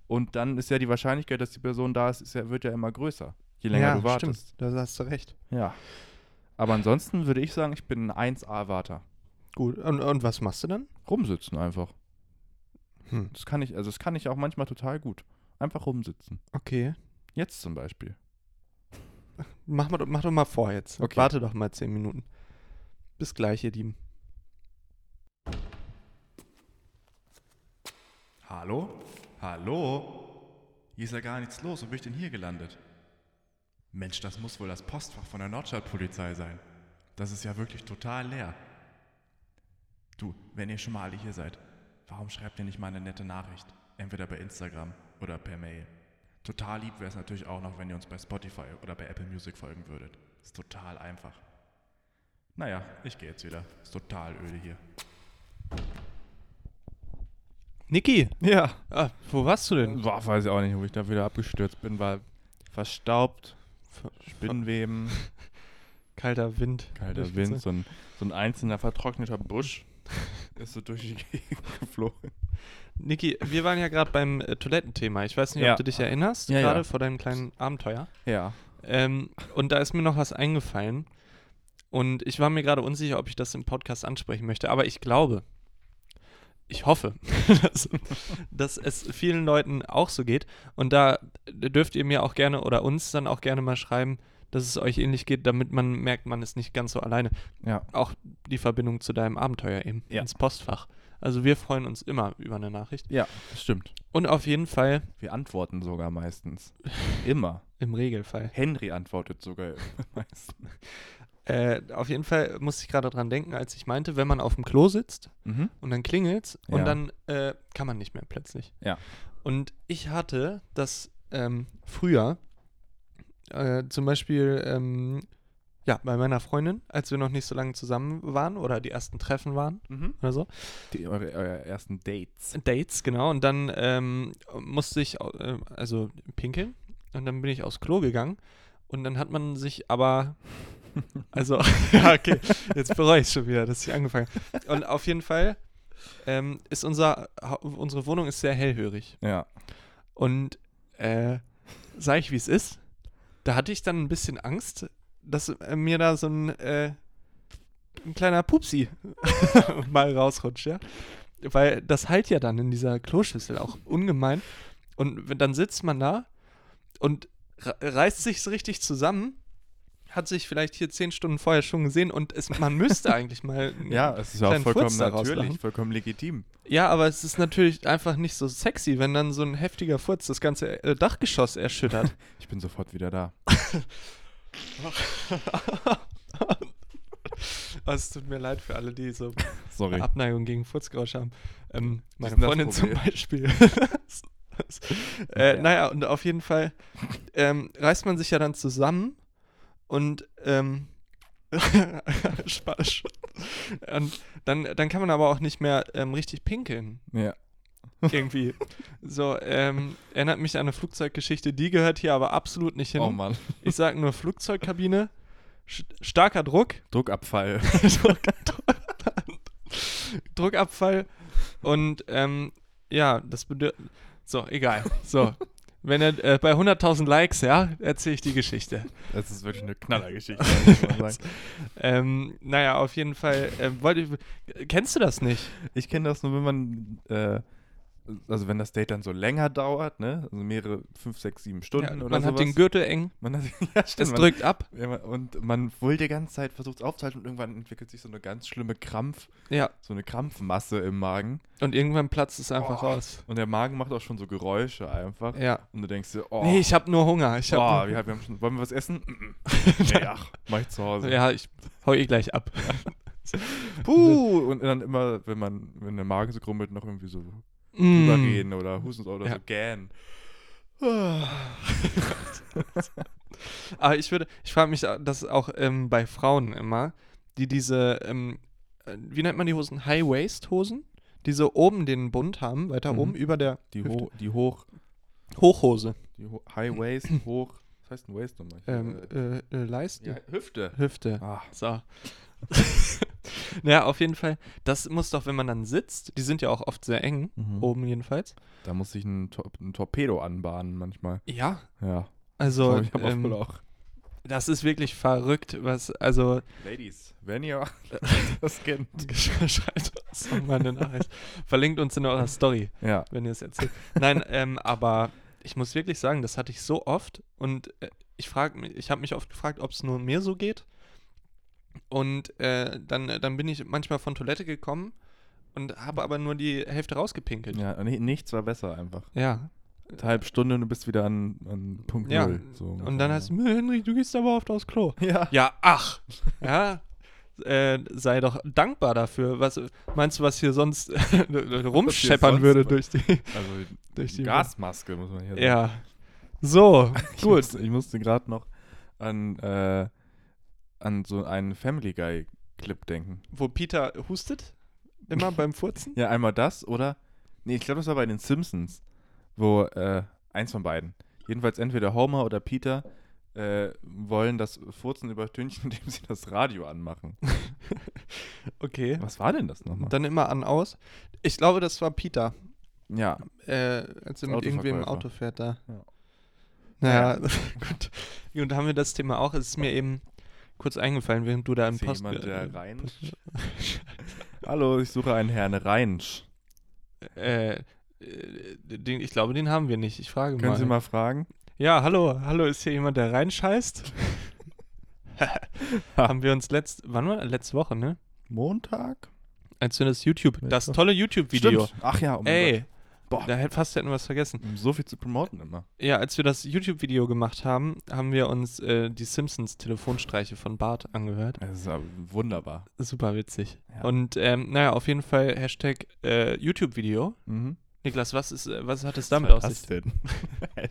C: Und dann ist ja die Wahrscheinlichkeit, dass die Person da ist, ist ja, wird ja immer größer, je länger
D: ja,
C: du wartest.
D: Stimmt. Da hast du recht.
C: Ja. Aber ansonsten würde ich sagen, ich bin ein 1A-Warter.
D: Gut. Und, und was machst du dann?
C: Rumsitzen einfach.
D: Hm.
C: Das kann ich, also das kann ich auch manchmal total gut. Einfach rumsitzen.
D: Okay.
C: Jetzt zum Beispiel.
D: Mach, mal, mach doch mal vor jetzt.
C: Okay.
D: Warte doch mal zehn Minuten. Bis gleich, ihr Lieben.
C: Hallo? Hallo? Hier ist ja gar nichts los. Wo bin ich denn hier gelandet? Mensch, das muss wohl das Postfach von der Nordstadtpolizei sein. Das ist ja wirklich total leer. Du, wenn ihr schon mal alle hier seid, warum schreibt ihr nicht mal eine nette Nachricht? Entweder bei Instagram oder per Mail. Total lieb wäre es natürlich auch noch, wenn ihr uns bei Spotify oder bei Apple Music folgen würdet. Ist total einfach. Naja, ich gehe jetzt wieder. Ist total öde hier.
D: Niki,
C: Ja,
D: ah, wo warst du denn?
C: Boah, weiß ich auch nicht, wo ich da wieder abgestürzt bin, weil verstaubt, Spinnenweben,
D: Kalter Wind.
C: kalter
D: würde ich
C: Wind,
D: sagen.
C: so ein, so ein einzelner vertrockneter Busch ist so durch die Gegend geflogen.
D: Niki, wir waren ja gerade beim äh, Toilettenthema. Ich weiß nicht,
C: Ja.
D: ob du dich erinnerst,
C: Ja, ja.
D: gerade vor deinem kleinen Abenteuer.
C: Ja.
D: Ähm, und da ist mir noch was eingefallen. Und ich war mir gerade unsicher, ob ich das im Podcast ansprechen möchte. Aber ich glaube, ich hoffe, dass, dass es vielen Leuten auch so geht. Und da dürft ihr mir auch gerne oder uns dann auch gerne mal schreiben, dass es euch ähnlich geht, damit man merkt, man ist nicht ganz so alleine.
C: Ja.
D: Auch die Verbindung zu deinem Abenteuer eben
C: Ja.
D: ins Postfach. Also wir freuen uns immer über eine Nachricht.
C: Ja, das stimmt.
D: Und auf jeden Fall
C: Wir antworten sogar meistens. Immer.
D: im Regelfall.
C: Henry antwortet sogar meistens.
D: Äh, auf jeden Fall musste ich gerade dran denken, als ich meinte, wenn man auf dem Klo sitzt
C: Mhm.
D: und dann klingelt's und
C: Ja.
D: dann äh, kann man nicht mehr plötzlich.
C: Ja.
D: Und ich hatte das ähm, früher äh, zum Beispiel ähm, Ja, bei meiner Freundin, als wir noch nicht so lange zusammen waren oder die ersten Treffen waren
C: Mhm.
D: oder so.
C: Die, eure, eure ersten Dates.
D: Dates, genau. Und dann ähm, musste ich, äh, also pinkeln. Und dann bin ich aufs Klo gegangen. Und dann hat man sich aber, also, ja, okay, jetzt bereue ich schon wieder, dass ich angefangen habe. Und auf jeden Fall ähm, ist unser, Hau- unsere Wohnung ist sehr hellhörig.
C: Ja.
D: Und äh, sag ich, wie es ist, da hatte ich dann ein bisschen Angst, dass äh, mir da so ein, äh, ein kleiner Pupsi mal rausrutscht, ja. Weil das halt ja dann in dieser Kloschüssel auch ungemein. Und wenn, dann sitzt man da und re- reißt sich richtig zusammen, hat sich vielleicht hier zehn Stunden vorher schon gesehen und es, man müsste eigentlich mal. einen
C: Ja, es ist ja auch
D: kleinen Furz
C: vollkommen
D: daraus
C: natürlich,
D: machen.
C: vollkommen legitim.
D: Ja, aber es ist natürlich einfach nicht so sexy, wenn dann so ein heftiger Furz das ganze äh, Dachgeschoss erschüttert.
C: Ich bin sofort wieder da.
D: Oh, es tut mir leid für alle, die so
C: Sorry.
D: Abneigung gegen Furzgeräusche haben. Ähm, meine
C: sind das
D: Freundin zum
C: Problem.
D: Beispiel. äh, Naja, und auf jeden Fall ähm, reißt man sich ja dann zusammen und ähm, Spaß. Und dann, dann kann man aber auch nicht mehr ähm, richtig pinkeln.
C: Ja.
D: irgendwie. So, ähm, erinnert mich an eine Flugzeuggeschichte, die gehört hier aber absolut nicht hin.
C: Oh Mann.
D: Ich sage nur Flugzeugkabine, sch- starker Druck,
C: Druckabfall.
D: Druck, Druckabfall und ähm, ja, das bedeutet. So, egal. So, wenn er äh, bei 100.000 Likes, ja, erzähle ich die Geschichte.
C: Das ist wirklich eine Knallergeschichte. muss man sagen.
D: Ähm, naja, auf jeden Fall. Äh, wollte ich, kennst du das nicht?
C: ich kenne das nur, wenn man, äh, also wenn das Date dann so länger dauert, ne? Also mehrere, fünf, sechs, sieben
D: Ja,
C: Stunden oder
D: man
C: sowas.
D: hat den Gürtel eng,
C: Man hat, ja, stimmt,
D: es
C: man-
D: drückt ab.
C: Ja, man- und man wohl die ganze Zeit versucht es aufzuhalten und irgendwann entwickelt sich so eine ganz schlimme Krampf,
D: Ja,
C: so eine Krampfmasse im Magen.
D: und irgendwann platzt es einfach raus.
C: Und der Magen macht auch schon so Geräusche einfach.
D: Ja.
C: Und du denkst dir, oh,
D: Nee, ich habe nur Hunger. Ich
C: boah,
D: hab
C: wir, haben- wir haben schon, wollen wir was essen? Mm, nee, ach, mach ich zu Hause.
D: nur, ja, ich hau eh gleich ab.
C: Puh, Uh, und dann immer, wenn man, wenn der Magen so grummelt, noch irgendwie so
D: Mm.
C: überreden oder husten oder
D: Ja.
C: so gähnen.
D: Aber Ah, ich würde, ich frage mich das auch ähm, bei Frauen immer, die diese, ähm, äh, wie nennt man die Hosen? High-Waist-Hosen? Die so oben den Bund haben, weiter
C: Mhm.
D: oben, über der
C: Die,
D: Hüfte.
C: ho die hoch,
D: Hochhose.
C: die ho High Waist, hoch, was heißt denn Waist nochmal?
D: Ähm, äh, äh, Leiste.
C: ja, Hüfte.
D: Hüfte.
C: Ah,
D: So. naja, auf jeden Fall. Das muss doch, wenn man dann sitzt, die sind ja auch oft sehr eng,
C: Mhm.
D: oben jedenfalls.
C: da muss ich einen, Tor einen Torpedo anbahnen manchmal.
D: Ja.
C: Ja,
D: Also,
C: glaub, ich hab
D: ähm,
C: auch wohl auch.
D: das ist wirklich verrückt, was, also,
C: Ladies, wenn ihr das kennt.
D: schreibt uns doch mal eine Nachricht. Verlinkt uns in eurer Story.
C: Ja.
D: wenn ihr es erzählt. Nein, ähm, aber ich muss wirklich sagen, das hatte ich so oft und äh, ich frage mich, ich habe mich oft gefragt, ob es nur mir so geht. Und äh, dann, dann bin ich manchmal von Toilette gekommen und habe aber nur die Hälfte rausgepinkelt. Ja.
C: ja, nee, nichts war besser einfach.
D: ja.
C: Eine halbe Stunde und du bist wieder an, an Punkt Null. So
D: und dann hast du, Henrik, du gehst aber oft aufs Klo.
C: Ja.
D: Ja, ach. Ja. Äh, sei doch dankbar dafür. Was meinst du, was hier sonst rumscheppern
C: sonst
D: würde
C: was-
D: durch die.
C: Also
D: Durch die-
C: Gasmaske, muss man hier sagen.
D: Ja. So,
C: Ich
D: gut.
C: musste, ich musste gerade noch an, äh, an so einen Family Guy-Clip denken.
D: wo Peter hustet, immer beim Furzen.
C: Ja, einmal das oder. Nee, ich glaube, das war bei den Simpsons. Wo, äh, eins von beiden. Jedenfalls entweder Homer oder Peter äh, wollen das Furzen übertünchen, indem sie das Radio anmachen.
D: Okay.
C: Was war denn das nochmal?
D: Dann immer an aus. Ich glaube, das war Peter,
C: Ja,
D: äh, als er mit irgendwem im
C: Autoverkäufer.
D: Auto fährt da.
C: Ja.
D: Naja, gut. Gut, haben wir das Thema auch. Es ist mir eben kurz eingefallen, während du da im
C: Ist hier
D: Post...
C: jemand, der rein?
D: äh,
C: Hallo, ich suche einen Herrn Reinsch.
D: äh, äh, den, ich glaube, den haben wir nicht. Ich frage
C: Können
D: mal.
C: Sie mal fragen?
D: Ja, hallo. Hallo, ist hier jemand, der reinscheißt? haben wir uns letzt... Wann war Letzte Woche, ne?
C: Montag?
D: Als wir das YouTube... Das
C: Letzte-
D: tolle YouTube-Video.
C: Stimmt. Ach ja, um
D: Ey,
C: Boah.
D: da hätt, fast hätten wir was vergessen.
C: Um so viel zu promoten immer.
D: Ja, als wir das YouTube-Video gemacht haben, haben wir uns äh, die Simpsons-Telefonstreiche von Bart angehört.
C: Das ist aber wunderbar.
D: Super witzig.
C: Ja.
D: Und ähm, naja, auf jeden Fall
C: Mhm.
D: Hashtag äh, YouTube-Video. Niklas, was, ist, äh, was hat es damit
C: Was
D: auf
C: war das
D: sich?
C: denn?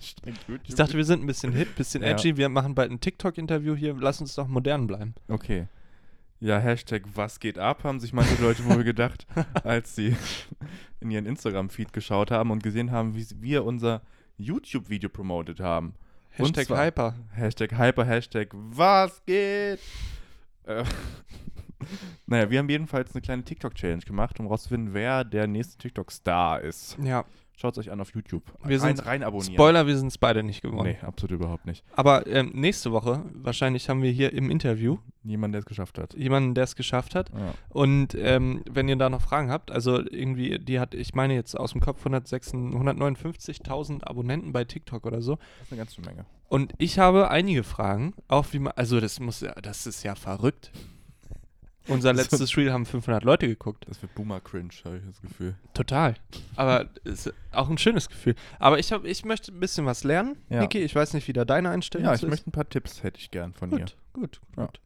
C: Streng
D: Ich dachte, wir sind ein bisschen hip, bisschen
C: Ja.
D: edgy. Wir machen bald ein TikTok-Interview hier. Lass uns doch modern bleiben.
C: Okay. Ja, Hashtag was geht ab, haben sich manche Leute wohl gedacht, als sie in ihren Instagram-Feed geschaut haben und gesehen haben, wie wir unser YouTube-Video promotet haben. Und
D: Hashtag
C: zwar-
D: Hyper.
C: Hashtag Hyper, Hashtag was geht. Äh, naja, wir haben jedenfalls eine kleine TikTok-Challenge gemacht, um rauszufinden, wer der nächste TikTok-Star ist.
D: Ja.
C: Schaut es euch an auf YouTube.
D: Wir
C: rein,
D: sind-
C: rein abonnieren.
D: Spoiler, wir sind es beide nicht geworden.
C: Nee, absolut überhaupt nicht.
D: Aber ähm, nächste Woche, wahrscheinlich haben wir hier im Interview
C: Niemand, der es geschafft hat. Ah,
D: jemanden, der es geschafft hat.
C: Ja.
D: Und ähm, wenn ihr da noch Fragen habt, also irgendwie, die hat, ich meine jetzt aus dem Kopf 106 159.000 Abonnenten bei TikTok oder so.
C: Das ist eine ganze Menge.
D: Und ich habe einige Fragen, auch wie man, also das muss, ja- das ist ja verrückt. Unser letztes Reel haben 500 Leute geguckt.
C: Das wird Boomer-Cringe, habe ich das Gefühl.
D: Total. Aber ist auch ein schönes Gefühl. Aber ich, hab, ich möchte ein bisschen was lernen,
C: Ja.
D: Niki. Ich weiß nicht, wie da deine Einstellung
C: Ja,
D: ist.
C: ich möchte ein paar Tipps hätte ich gern von
D: Gut, gut,
C: Ja.
D: gut.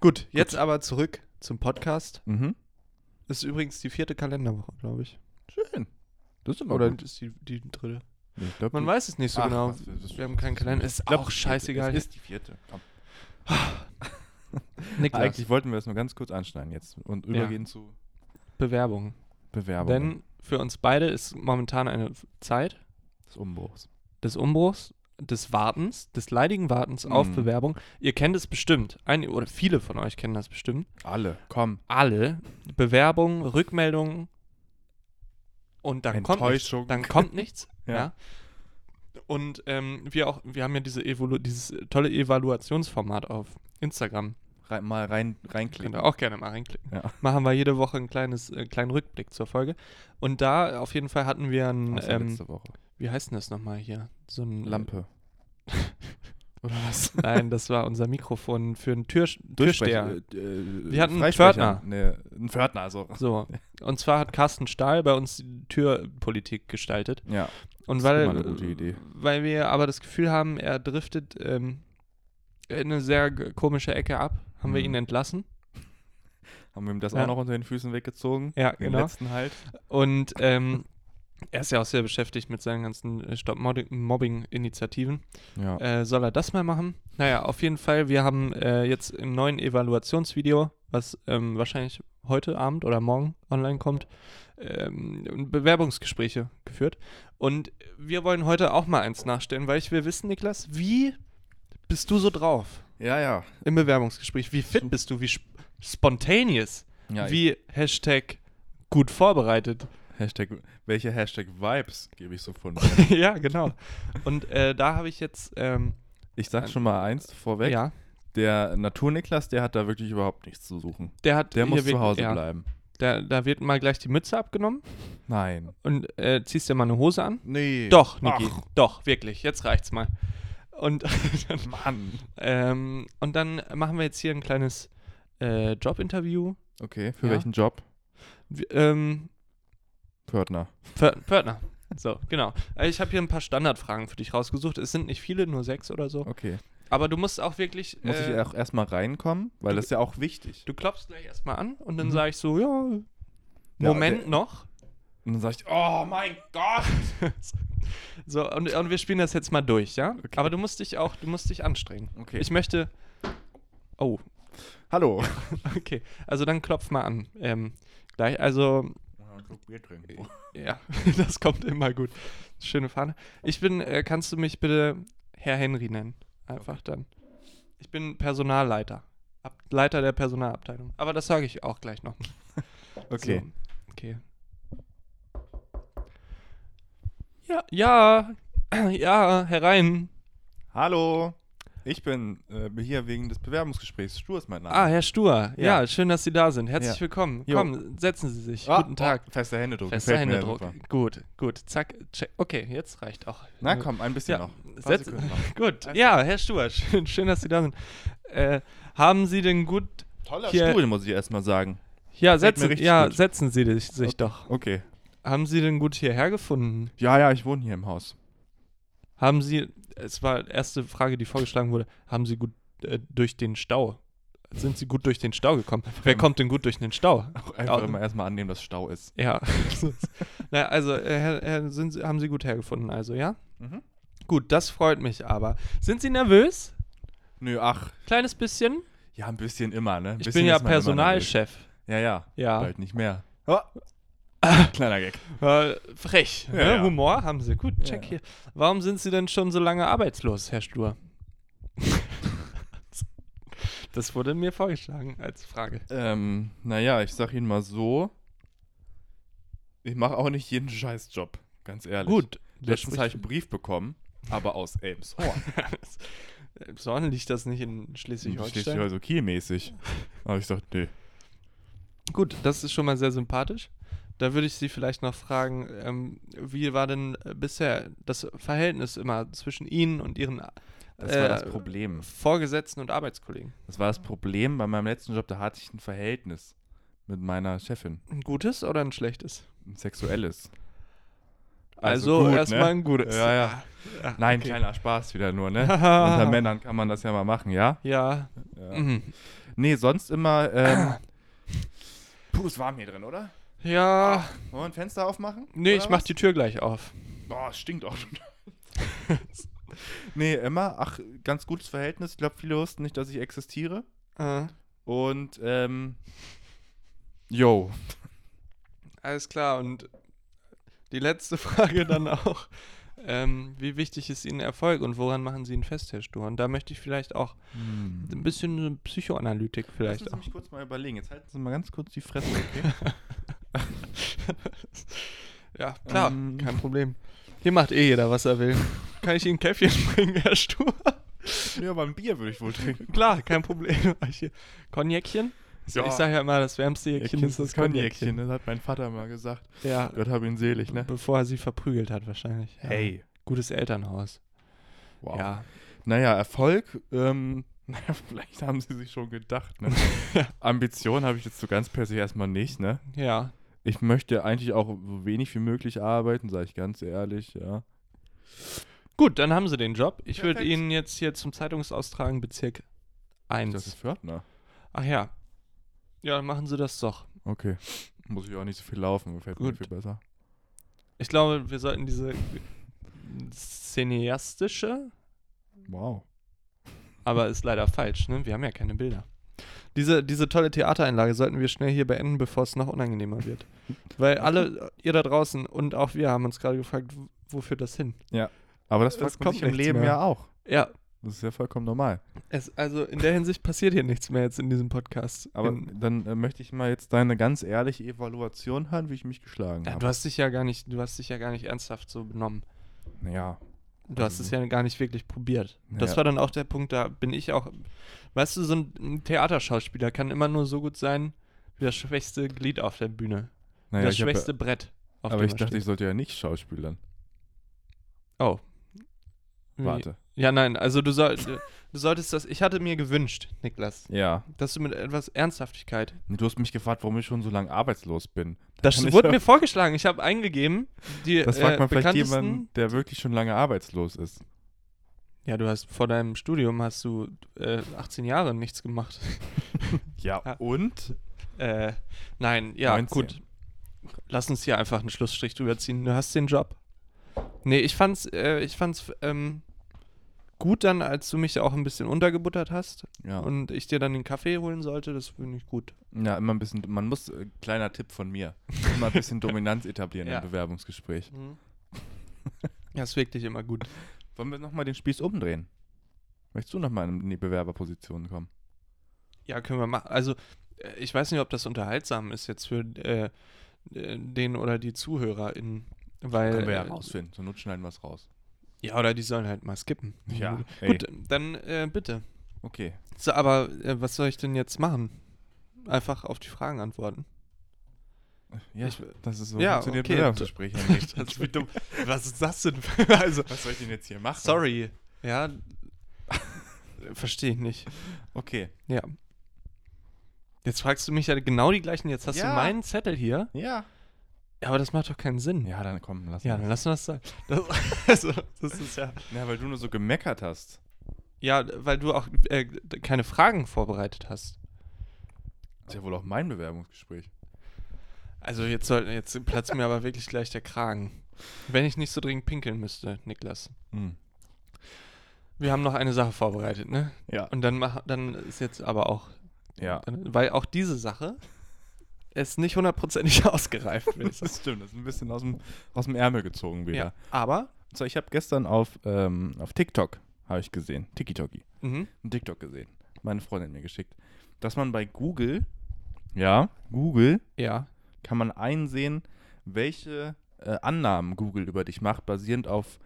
D: Gut, jetzt aber zurück zum Podcast.
C: dir. Mhm.
D: Ist übrigens die vierte Kalenderwoche, glaube ich.
C: Schön. Das ist
D: Oder ist die, die dritte?
C: ich glaub,
D: Man
C: die-
D: weiß es nicht so
C: Ach,
D: genau.
C: was, das ist-
D: Wir haben keinen Kalender. Ist
C: Ich glaub,
D: auch
C: die vierte.
D: scheißegal.
C: Es ist die vierte. Komm.
D: Niklas,
C: Eigentlich wollten wir das nur ganz kurz anschneiden jetzt und übergehen zu
D: Bewerbung.
C: Bewerbungen
D: Denn für uns beide ist momentan eine Zeit
C: des Umbruchs.
D: des Umbruchs, des Wartens, des leidigen Wartens auf
C: Mhm.
D: Bewerbung. Ihr kennt es bestimmt. Einige oder viele von euch kennen das bestimmt.
C: Alle, komm.
D: alle Bewerbungen, Rückmeldungen und dann kommt nichts.
C: Enttäuschung.
D: Dann kommt nichts.
C: Ja.
D: ja. Und ähm, wir auch, wir haben ja diese Evolu dieses äh, tolle Evaluationsformat auf Instagram.
C: Rein, mal rein,
D: Könnt
C: reinklicken.
D: ihr auch gerne mal reinklicken.
C: Ja.
D: Machen wir jede Woche einen kleines, äh, kleinen Rückblick zur Folge. Und da äh, auf jeden Fall hatten wir ein,
C: Außer
D: ähm,
C: letzte Woche.
D: wie heißt denn das nochmal hier? So ein
C: Lampe. Oder was?
D: Nein, das war unser Mikrofon für einen Tür
C: Durchsprecher.
D: Türsteher.
C: Äh,
D: Wir hatten einen
C: Freisprecher.
D: Pförtner.
C: Nee, einen Pförtner, also.
D: So. Und zwar hat Carsten Stahl bei uns die Türpolitik gestaltet.
C: Ja.
D: Und
C: Ist
D: weil,
C: immer eine gute Idee.
D: weil wir aber das Gefühl haben, er driftet ähm, in eine sehr g- komische Ecke ab, haben wir
C: Mhm.
D: ihn entlassen.
C: Haben wir ihm das
D: Ja.
C: auch noch unter den Füßen weggezogen?
D: Ja,
C: Den
D: genau.
C: letzten halt.
D: Und ähm, er ist ja auch sehr beschäftigt mit seinen ganzen äh, Stop-Mobbing-Initiativen.
C: Ja.
D: Äh, soll er das mal machen? Naja, auf jeden Fall, wir haben äh, jetzt im neuen Evaluationsvideo, was ähm, wahrscheinlich heute Abend oder morgen online kommt, ähm, Bewerbungsgespräche geführt. Und wir wollen heute auch mal eins nachstellen, weil ich will wissen, Niklas, wie bist du so drauf
C: ja, ja.
D: im Bewerbungsgespräch? Wie fit bist du? Wie sp spontaneous?
C: ja
D: wie Hashtag gut vorbereitet?
C: Hashtag, welche Hashtag Vibes gebe ich so von mir?
D: ja, genau. Und äh, da habe ich jetzt, ähm,
C: Ich sag schon mal eins vorweg.
D: ja,
C: Der Natur-Niklas, der hat da wirklich überhaupt nichts zu suchen.
D: der hat
C: Der muss zu
D: hier wirk-
C: Hause
D: ja.
C: bleiben.
D: Da, da wird mal gleich die Mütze abgenommen
C: Nein.
D: und äh, ziehst dir mal eine Hose an.
C: Nee.
D: Doch, Niki, doch, wirklich. Jetzt reicht's mal. Und, dann,
C: Mann.
D: ähm, und dann machen wir jetzt hier ein kleines äh, Jobinterview.
C: Okay, für
D: Ja.
C: welchen Job?
D: W- Ähm,
C: Pörtner.
D: Pför- Pförtner. So, genau. Äh, Ich habe hier ein paar Standardfragen für dich rausgesucht. Es sind nicht viele, nur sechs oder so.
C: Okay.
D: Aber du musst auch wirklich.
C: Muss
D: äh,
C: ich auch erstmal reinkommen? Weil das ist ja auch wichtig.
D: Du klopfst gleich erstmal an und dann
C: Mhm.
D: sage ich so, ja,
C: Ja,
D: Moment
C: der-
D: noch.
C: Und dann sag ich, oh mein Gott.
D: So, und, und wir spielen das jetzt mal durch, ja?
C: Okay.
D: Aber du musst dich auch, du musst dich anstrengen.
C: Okay.
D: Ich möchte. Oh,
C: Hallo.
D: okay. Also dann klopf mal an. Ähm, gleich, also,
C: Bier trinken.
D: ja, das kommt immer gut. Schöne Fahne. Ich bin, äh, kannst du mich bitte Herr Henry nennen? Einfach dann. Ich bin Personalleiter. Ab Leiter der Personalabteilung. Aber das sage ich auch gleich noch.
C: Okay.
D: So. Okay. Ja, ja, ja, herein.
C: Hallo. Ich bin äh, hier wegen des Bewerbungsgesprächs. Stur ist mein Name.
D: Ah, Herr Stur. Ja,
C: Ja.
D: schön, dass Sie da sind. Herzlich
C: Ja.
D: willkommen.
C: Jo.
D: Kommen, setzen Sie sich.
C: Ah,
D: Guten Tag.
C: Oh, fester Händedruck.
D: Fester
C: gefällt mir,
D: Händedruck.
C: super.
D: Gut, gut. Zack, check. Okay, jetzt reicht auch.
C: Na
D: Äh,
C: komm, ein bisschen
D: ja,
C: noch. Ein paar
D: setz-
C: Sekunden noch.
D: Gut. Ja, Herr Stur, schön, schön, dass Sie da sind. Äh, haben Sie denn gut.
C: Toller
D: Hier-
C: Stuhl, muss ich erstmal sagen. Gefällt
D: Ja,
C: mir
D: setzen,
C: richtig
D: ja,
C: gut.
D: setzen Sie dich, sich doch.
C: Okay.
D: Haben Sie denn gut hierher gefunden?
C: Ja, ja, ich wohne hier im Haus.
D: Haben Sie, es war die erste Frage, die vorgeschlagen wurde, haben Sie gut äh, durch den Stau? Sind Sie gut durch den Stau gekommen? Wer kommt denn gut durch den Stau?
C: Einfach
D: Ja.
C: immer erstmal annehmen, dass Stau ist.
D: Ja. naja, also, äh, Herr, Herr, sind Sie, haben Sie gut hergefunden, also, ja?
C: Mhm.
D: Gut, das freut mich aber. Sind Sie nervös?
C: Nö, ach.
D: Kleines bisschen?
C: Ja, ein bisschen immer, ne? Ein
D: Ich
C: bisschen
D: bin ja
C: ist man immer
D: Personalchef.
C: nervös. Ja, ja.
D: Ja. Oh.
C: Bald nicht mehr. Kleiner Gag.
D: Äh, frech. ne?
C: Ja, ja.
D: Humor haben Sie. Gut, check
C: Ja,
D: hier. Warum sind Sie denn schon so lange arbeitslos, Herr Stur? das wurde mir vorgeschlagen als Frage.
C: Ähm, naja, ich sag Ihnen mal so. Ich mache auch nicht jeden Scheißjob, ganz ehrlich.
D: Gut.
C: Letztens habe ich einen
D: Sprich-
C: Brief bekommen, aber aus Elmshorn.
D: Sorgen liegt das nicht in Schleswig-Holstein?
C: Schleswig-Holstein, also Kiel-mäßig. Aber ich dachte, nee.
D: Gut, das ist schon mal sehr sympathisch. Da würde ich Sie vielleicht noch fragen, ähm, wie war denn äh, bisher das Verhältnis immer zwischen Ihnen und Ihren
C: Das war das
D: Äh,
C: Problem.
D: Vorgesetzten und Arbeitskollegen?
C: Das war das Problem bei meinem letzten Job, da hatte ich ein Verhältnis mit meiner Chefin.
D: Ein gutes oder ein schlechtes?
C: Ein sexuelles.
D: Also,
C: gut,
D: erstmal
C: ne?
D: ein gutes.
C: Ja, ja.
D: Ah,
C: Nein,
D: okay.
C: kleiner Spaß wieder nur, ne? Unter Männern kann man das ja mal machen, ja?
D: Ja. Mhm.
C: Nee, sonst immer. Ähm, Puh, es warm hier drin, oder?
D: Ja.
C: Wollen wir ein Fenster aufmachen?
D: nee,
C: Oder
D: ich mach
C: was?
D: die Tür gleich auf.
C: Boah, es stinkt auch schon. nee, immer. Ach, ganz gutes Verhältnis. Ich glaube, viele wussten nicht, dass ich existiere.
D: Äh,
C: Und, ähm. Yo.
D: alles klar. Und die letzte Frage dann auch. Ähm, wie wichtig ist Ihnen Erfolg und woran machen Sie ihn fest, Herr Stur? Und da möchte ich vielleicht auch ein bisschen so Psychoanalytik
C: Lassen
D: vielleicht
C: Sie
D: auch.
C: mich kurz mal überlegen. Jetzt halten Sie mal ganz kurz die Fresse, okay?
D: ja, klar,
C: Ähm.
D: kein Problem. Hier macht eh jeder, was er will. Kann ich Ihnen ein Käffchen bringen, Herr Stur?
C: ja, aber ein Bier würde ich wohl trinken.
D: klar, kein Problem. Hier. Konjäckchen? Also Ich sage ja immer, das wärmste Jäckchen ist das Konjäckchen.
C: Das hat mein Vater mal gesagt.
D: Ja,
C: Gott hab ihn selig, ne?
D: bevor er sie verprügelt hat wahrscheinlich. Ja. Gutes Elternhaus.
C: Wow.
D: Ja.
C: Naja, Erfolg, ähm, naja, vielleicht haben sie sich schon gedacht, ne? Ambition habe ich jetzt so ganz per se erstmal nicht, ne?
D: Ja.
C: Ich möchte eigentlich auch so wenig wie möglich arbeiten, sage ich ganz ehrlich, ja.
D: Gut, dann haben sie den Job. Ich würde
C: Perfekt.
D: Ihnen jetzt hier zum Zeitungsaustragen Bezirk
C: Das ist
D: 1.
C: Fördner.
D: Ach ja. Ja, dann machen Sie das doch.
C: Okay. Muss ich auch nicht so viel laufen, gefällt mir
D: Gut.
C: viel besser.
D: Ich glaube, wir sollten diese cineastische,
C: Wow.
D: aber ist leider falsch, ne? Wir haben ja keine Bilder. Diese, diese tolle Theatereinlage sollten wir schnell hier beenden, bevor es noch unangenehmer wird. Weil alle, ihr da draußen und auch wir haben uns gerade gefragt, w- wofür das hin?
C: Aber das
D: Es
C: fragt man
D: kommt
C: sich im
D: nichts
C: Leben
D: mehr.
C: ja auch.
D: Ja,
C: Das ist ja vollkommen normal.
D: Es, also in der Hinsicht passiert hier nichts mehr jetzt in diesem Podcast.
C: Aber
D: in,
C: dann äh, möchte ich mal jetzt deine ganz ehrliche Evaluation hören, wie ich mich geschlagen
D: ja, du
C: habe.
D: hast dich ja gar nicht, du hast dich ja gar nicht ernsthaft so benommen.
C: Ja.
D: Du hast es ja gar nicht wirklich probiert. Das
C: Also Ja.
D: war dann auch der Punkt, da bin ich auch. Weißt du, so ein- ein Theaterschauspieler kann immer nur so gut sein wie das schwächste Glied auf der Bühne, wie
C: Naja,
D: das
C: ich hab ja,
D: schwächste Brett. Auf
C: aber
D: dem
C: ich
D: er
C: dachte,
D: steht.
C: ich sollte ja nicht schauspielern.
D: Oh. Wie-
C: Warte.
D: Ja, nein, also du, soll, du solltest das. Ich hatte mir gewünscht, Niklas,
C: Ja.
D: dass du mit etwas Ernsthaftigkeit
C: Du hast mich gefragt, warum ich schon so lange arbeitslos bin.
D: Das
C: Kann ich
D: wurde
C: auch-
D: mir vorgeschlagen. Ich habe eingegeben, die
C: Das
D: äh,
C: fragt man vielleicht
D: bekanntesten-
C: jemanden, der wirklich schon lange arbeitslos ist.
D: Ja, du hast vor deinem Studium hast du äh, 18 Jahre nichts gemacht.
C: Ja,
D: Ah.
C: und?
D: äh, nein, ja,
C: 19.
D: gut. Lass uns hier einfach einen Schlussstrich drüber ziehen. Du hast den Job. Nee, ich fand's, äh, ich fand's ähm, gut dann, als du mich auch ein bisschen untergebuttert hast
C: Ja.
D: und ich dir dann den Kaffee holen sollte. Das finde ich gut.
C: ja, immer ein bisschen, man muss, äh, kleiner Tipp von mir, immer ein bisschen Dominanz etablieren
D: Ja.
C: im Bewerbungsgespräch.
D: Ja, ist wirklich immer gut.
C: Wollen wir nochmal den Spieß umdrehen? Möchtest du nochmal in die Bewerberposition kommen?
D: Ja, können wir machen. Also, äh, ich weiß nicht, ob das unterhaltsam ist jetzt für äh, äh, den oder die ZuhörerInnen. Weil,
C: Können wir ja
D: äh,
C: rausfinden, zur Not schneiden wir es raus.
D: Ja, oder die sollen halt mal skippen.
C: ey.
D: Gut, dann äh, bitte.
C: Okay.
D: So, aber äh, was soll ich denn jetzt machen? Einfach auf die Fragen antworten.
C: Ja,
D: Ich-
C: das ist so
D: Ja,
C: funktioniert
D: okay.
C: Bewerbungsgespräch.
D: ist wie dumm. Was ist das denn? für- also,
C: Was soll ich denn jetzt hier machen?
D: sorry. Ja. Verstehe ich nicht.
C: Okay.
D: Ja. Jetzt fragst du mich ja genau die gleichen. Jetzt hast
C: Ja.
D: du meinen Zettel hier.
C: Ja.
D: Ja, aber das macht doch keinen Sinn.
C: Ja, dann komm, lass
D: Ja,
C: mal.
D: dann lassen wir es sein. Das, also, das ist ja.
C: Ja, weil du nur so gemeckert hast.
D: Ja, weil du auch äh, d- keine Fragen vorbereitet hast.
C: ist ja wohl auch mein Bewerbungsgespräch.
D: Also jetzt soll,
C: Hm.
D: jetzt platzt mir aber wirklich gleich der Kragen. Wenn ich nicht so dringend pinkeln müsste, Niklas. Wir haben noch eine Sache vorbereitet, ne?
C: Ja.
D: Und dann, mach, dann ist jetzt aber auch,
C: Ja.
D: dann, weil auch diese Sache ist nicht hundertprozentig ausgereift. würde ich sagen.
C: Das stimmt, das ist ein bisschen aus dem, aus dem Ärmel gezogen wieder.
D: ja. Aber,
C: So, ich habe gestern auf, ähm, auf TikTok, habe ich gesehen, TikiToki,
D: mhm.
C: ein TikTok gesehen, meine Freundin mir geschickt, dass man bei Google, ja, Google,
D: ja,
C: kann man einsehen, welche äh, Annahmen Google über dich macht, basierend auf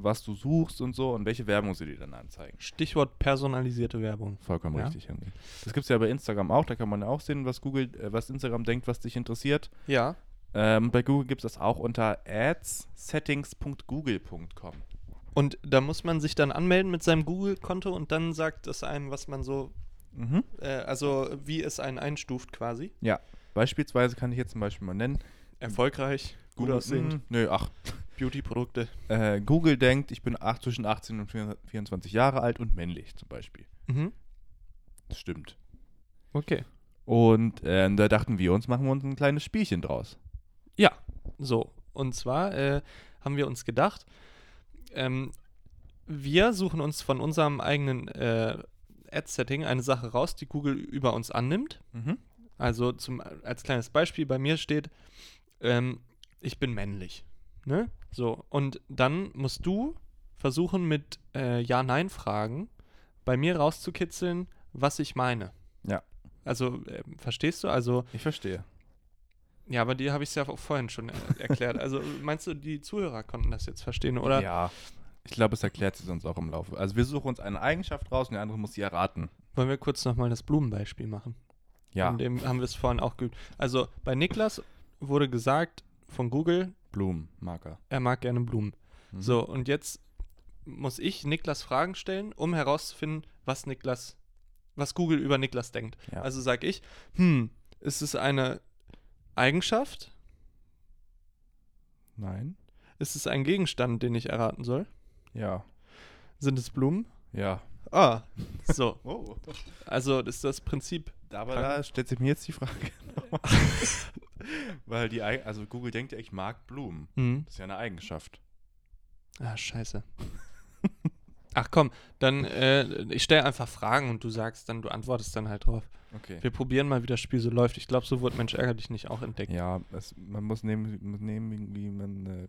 C: was du suchst und so und welche Werbung sie dir dann anzeigen.
D: Stichwort personalisierte Werbung.
C: Vollkommen
D: Ja.
C: richtig, Henry. Das gibt es ja bei Instagram auch, da kann man ja auch sehen, was Google, äh, was Instagram denkt, was dich interessiert.
D: Ja.
C: Ähm, bei Google gibt es das auch unter ads-settings.google.com.
D: Und da muss man sich dann anmelden mit seinem Google-Konto und dann sagt es einem, was man so,
C: Mhm.
D: äh, also wie es einen einstuft quasi.
C: Ja, beispielsweise kann ich jetzt zum Beispiel mal nennen.
D: Erfolgreich,
C: Mhm.
D: gut aussehend,
C: mh, Nö, ach.
D: Beauty-Produkte.
C: Äh, Google denkt, ich bin ach, zwischen 18 und 24 Jahre alt und männlich zum Beispiel.
D: Mhm.
C: Das stimmt.
D: Okay.
C: Und ähm, da dachten wir uns, machen wir uns ein kleines Spielchen draus.
D: Ja, so. Und zwar äh, haben wir uns gedacht, ähm, wir suchen uns von unserem eigenen äh, Ad-Setting eine Sache raus, die Google über uns annimmt.
C: Mhm.
D: Also zum, als kleines Beispiel, bei mir steht, ähm, ich bin männlich. Ne? So, und dann musst du versuchen, mit äh, Ja-Nein-Fragen bei mir rauszukitzeln, was ich meine.
C: Ja.
D: Also, äh, verstehst du? Also,
C: Ich verstehe.
D: ja, aber die habe ich ja auch vorhin schon äh, erklärt. Also meinst du, die Zuhörer konnten das jetzt verstehen, oder?
C: Ja. Ich glaube, es erklärt sich sonst auch im Laufe. Also wir suchen uns eine Eigenschaft raus und der andere muss sie erraten.
D: Wollen wir kurz nochmal das Blumenbeispiel machen?
C: Ja,
D: In dem haben wir es vorhin auch geübt. Also bei Niklas wurde gesagt von Google,
C: Blumenmarker.
D: er mag gerne Blumen.
C: Mhm.
D: So, und jetzt muss ich Niklas Fragen stellen, um herauszufinden, was Niklas, was Google über Niklas denkt.
C: Ja.
D: Also sage ich, hm, ist es eine Eigenschaft?
C: Nein.
D: Ist es ein Gegenstand, den ich erraten soll?
C: Ja.
D: Sind es Blumen?
C: Ja.
D: Ah, so.
C: Oh.
D: Also das ist das Prinzip.
C: Aber
D: Kranken-
C: da stellt sich mir jetzt die Frage. nochmal. Weil die, Eig- also Google denkt ja, ich mag Blumen. Das ist ja eine Eigenschaft.
D: Ah, scheiße. Ach komm, dann äh, ich stelle einfach Fragen und du sagst dann, du antwortest dann halt drauf.
C: Okay.
D: Wir probieren mal, wie das Spiel so läuft. Ich glaube, so wird Mensch ärger dich nicht auch entdeckt.
C: Ja, es, man muss nehmen, muss nehmen wie man. Äh,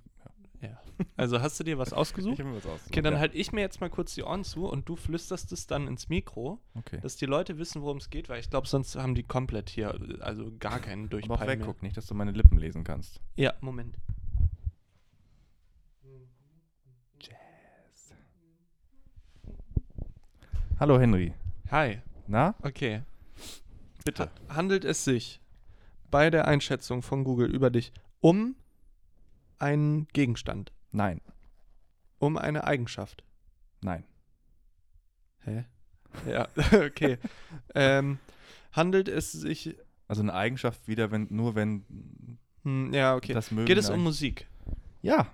D: Also hast du dir was ausgesucht?
C: hab mir was ausgesucht.
D: Okay, dann
C: ja.
D: halt ich mir jetzt mal kurz die Ohren zu und du flüsterst es dann ins Mikro,
C: Okay.
D: dass die Leute wissen, worum es geht, weil ich glaube, sonst haben die komplett hier äh, also gar
C: Aber
D: keinen
C: auch
D: Durchpeil mehr.
C: wegguck nicht, dass du meine Lippen lesen kannst.
D: Ja, Moment.
C: Hallo Henry.
D: Hi.
C: Na?
D: Okay. Bitte. Handelt es sich bei der Einschätzung von Google über dich um einen Gegenstand,
C: Nein.
D: um eine Eigenschaft?
C: Nein.
D: Hä? Ja, okay. ähm, handelt es sich.
C: Also eine Eigenschaft wieder, wenn nur wenn
D: Hm, ja, okay.
C: das mögen.
D: Geht es um
C: Musik?
D: Musik?
C: Ja,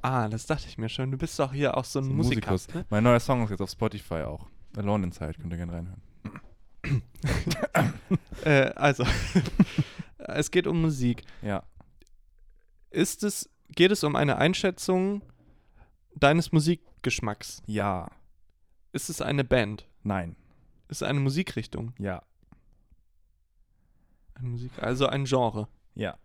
D: Ah, das dachte ich mir schon. Du bist doch hier auch so ein
C: so
D: Musiker.
C: Musikus.
D: Ne?
C: Mein neuer Song ist jetzt auf Spotify auch. Alone Inside, könnt ihr gerne reinhören. ne?
D: Äh, also, es geht um Musik.
C: Ja.
D: Ist es, geht es um eine Einschätzung deines Musikgeschmacks?
C: Ja.
D: Ist es eine Band?
C: Nein.
D: Ist es eine Musikrichtung?
C: Ja.
D: Eine Musik, also ein Genre.
C: Ja.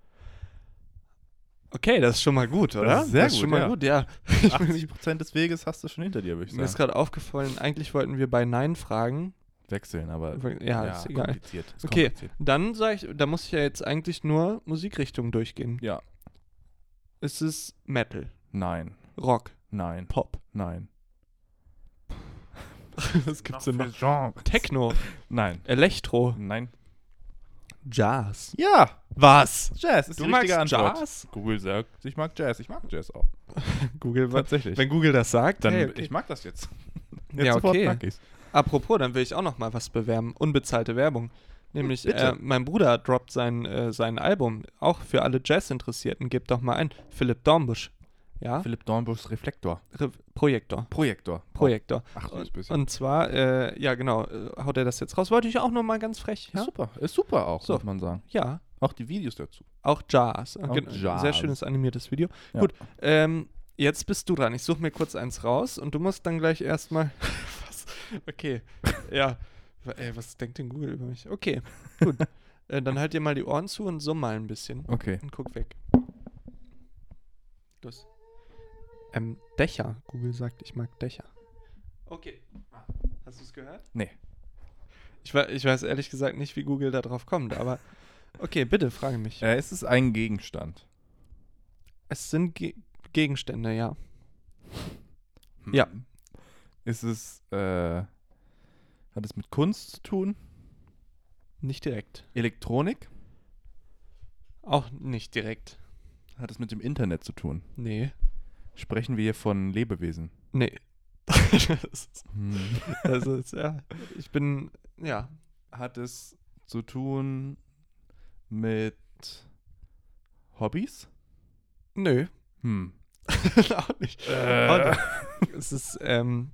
D: Okay, das ist schon mal gut, oder?
C: ist sehr
D: das ist schon
C: gut,
D: mal
C: ja.
D: gut, ja. Ich bin-
C: 80% des Weges hast du schon hinter dir, würde ich
D: mir ist
C: sagen.
D: gerade aufgefallen, eigentlich wollten wir bei Nein fragen.
C: Wechseln, aber
D: Ja, ist egal.
C: kompliziert. Ist
D: Okay.
C: kompliziert.
D: Dann sage ich, da muss ich ja jetzt eigentlich nur Musikrichtung durchgehen.
C: Ja.
D: Ist es Metal,
C: Nein.
D: Rock,
C: Nein.
D: Pop?
C: Nein.
D: Was gibt's denn
C: für
D: noch?
C: Genres?
D: Techno,
C: Nein.
D: Elektro,
C: Nein.
D: Jazz.
C: Ja.
D: Was?
C: Jazz ist
D: Du
C: die
D: magst
C: richtige Antwort.
D: Jazz?
C: Google sagt, ich mag Jazz. Ich mag Jazz auch.
D: Google,
C: Tatsächlich.
D: wenn Google das sagt,
C: Dann,
D: hey, okay.
C: Ich mag das jetzt.
D: Ja,
C: sofort
D: okay.
C: mag ich's.
D: Apropos, dann will ich auch noch mal was bewerben. Unbezahlte Werbung. Nämlich,
C: Bitte.
D: äh, mein Bruder droppt sein, äh, sein Album. Auch für alle Jazz-Interessierten, gebt doch mal ein. Philipp Dornbusch. Ja,
C: Philipp Dornbuschs Reflektor.
D: Re Projektor.
C: Projektor.
D: Projektor.
C: Ach, süßes
D: und,
C: bisschen.
D: und zwar, äh, ja genau, äh, haut er das jetzt raus. Wollte ich auch noch mal ganz frech.
C: Ist
D: Ja,
C: super. Ist super auch,
D: So.
C: muss man sagen.
D: ja
C: Auch die Videos dazu.
D: auch Jazz. Äh,
C: Auch
D: gen-
C: Jazz.
D: Sehr schönes animiertes Video.
C: Ja.
D: Gut, ähm, Jetzt bist du dran. Ich suche mir kurz eins raus und du musst dann gleich erstmal. was? Okay. ja. Wa- Ey, was denkt denn Google über mich? Okay, gut. äh, dann halt dir mal die Ohren zu und summ mal ein bisschen
C: Okay.
D: und guck weg. Los. Ähm, Dächer. Google sagt, ich mag Dächer. Okay. Ah, Hast du es gehört?
C: Nee.
D: Ich, wei- ich weiß ehrlich gesagt nicht, wie Google da drauf kommt, aber okay, bitte frage mich.
C: Äh, es ist ein Gegenstand.
D: Es sind Ge Gegenstände, ja.
C: Hm.
D: Ja.
C: Ist es, äh, hat es mit Kunst zu tun?
D: Nicht direkt.
C: Elektronik?
D: Auch nicht direkt.
C: Hat es mit dem Internet zu tun?
D: Nee.
C: Sprechen wir hier von Lebewesen?
D: Nee. das ist,
C: Hm.
D: das ist, ja. Ich bin, ja.
C: Hat es zu tun mit Hobbys?
D: Nö.
C: Hm.
D: Auch nicht.
C: Äh.
D: Auch nicht. Es ist, ähm,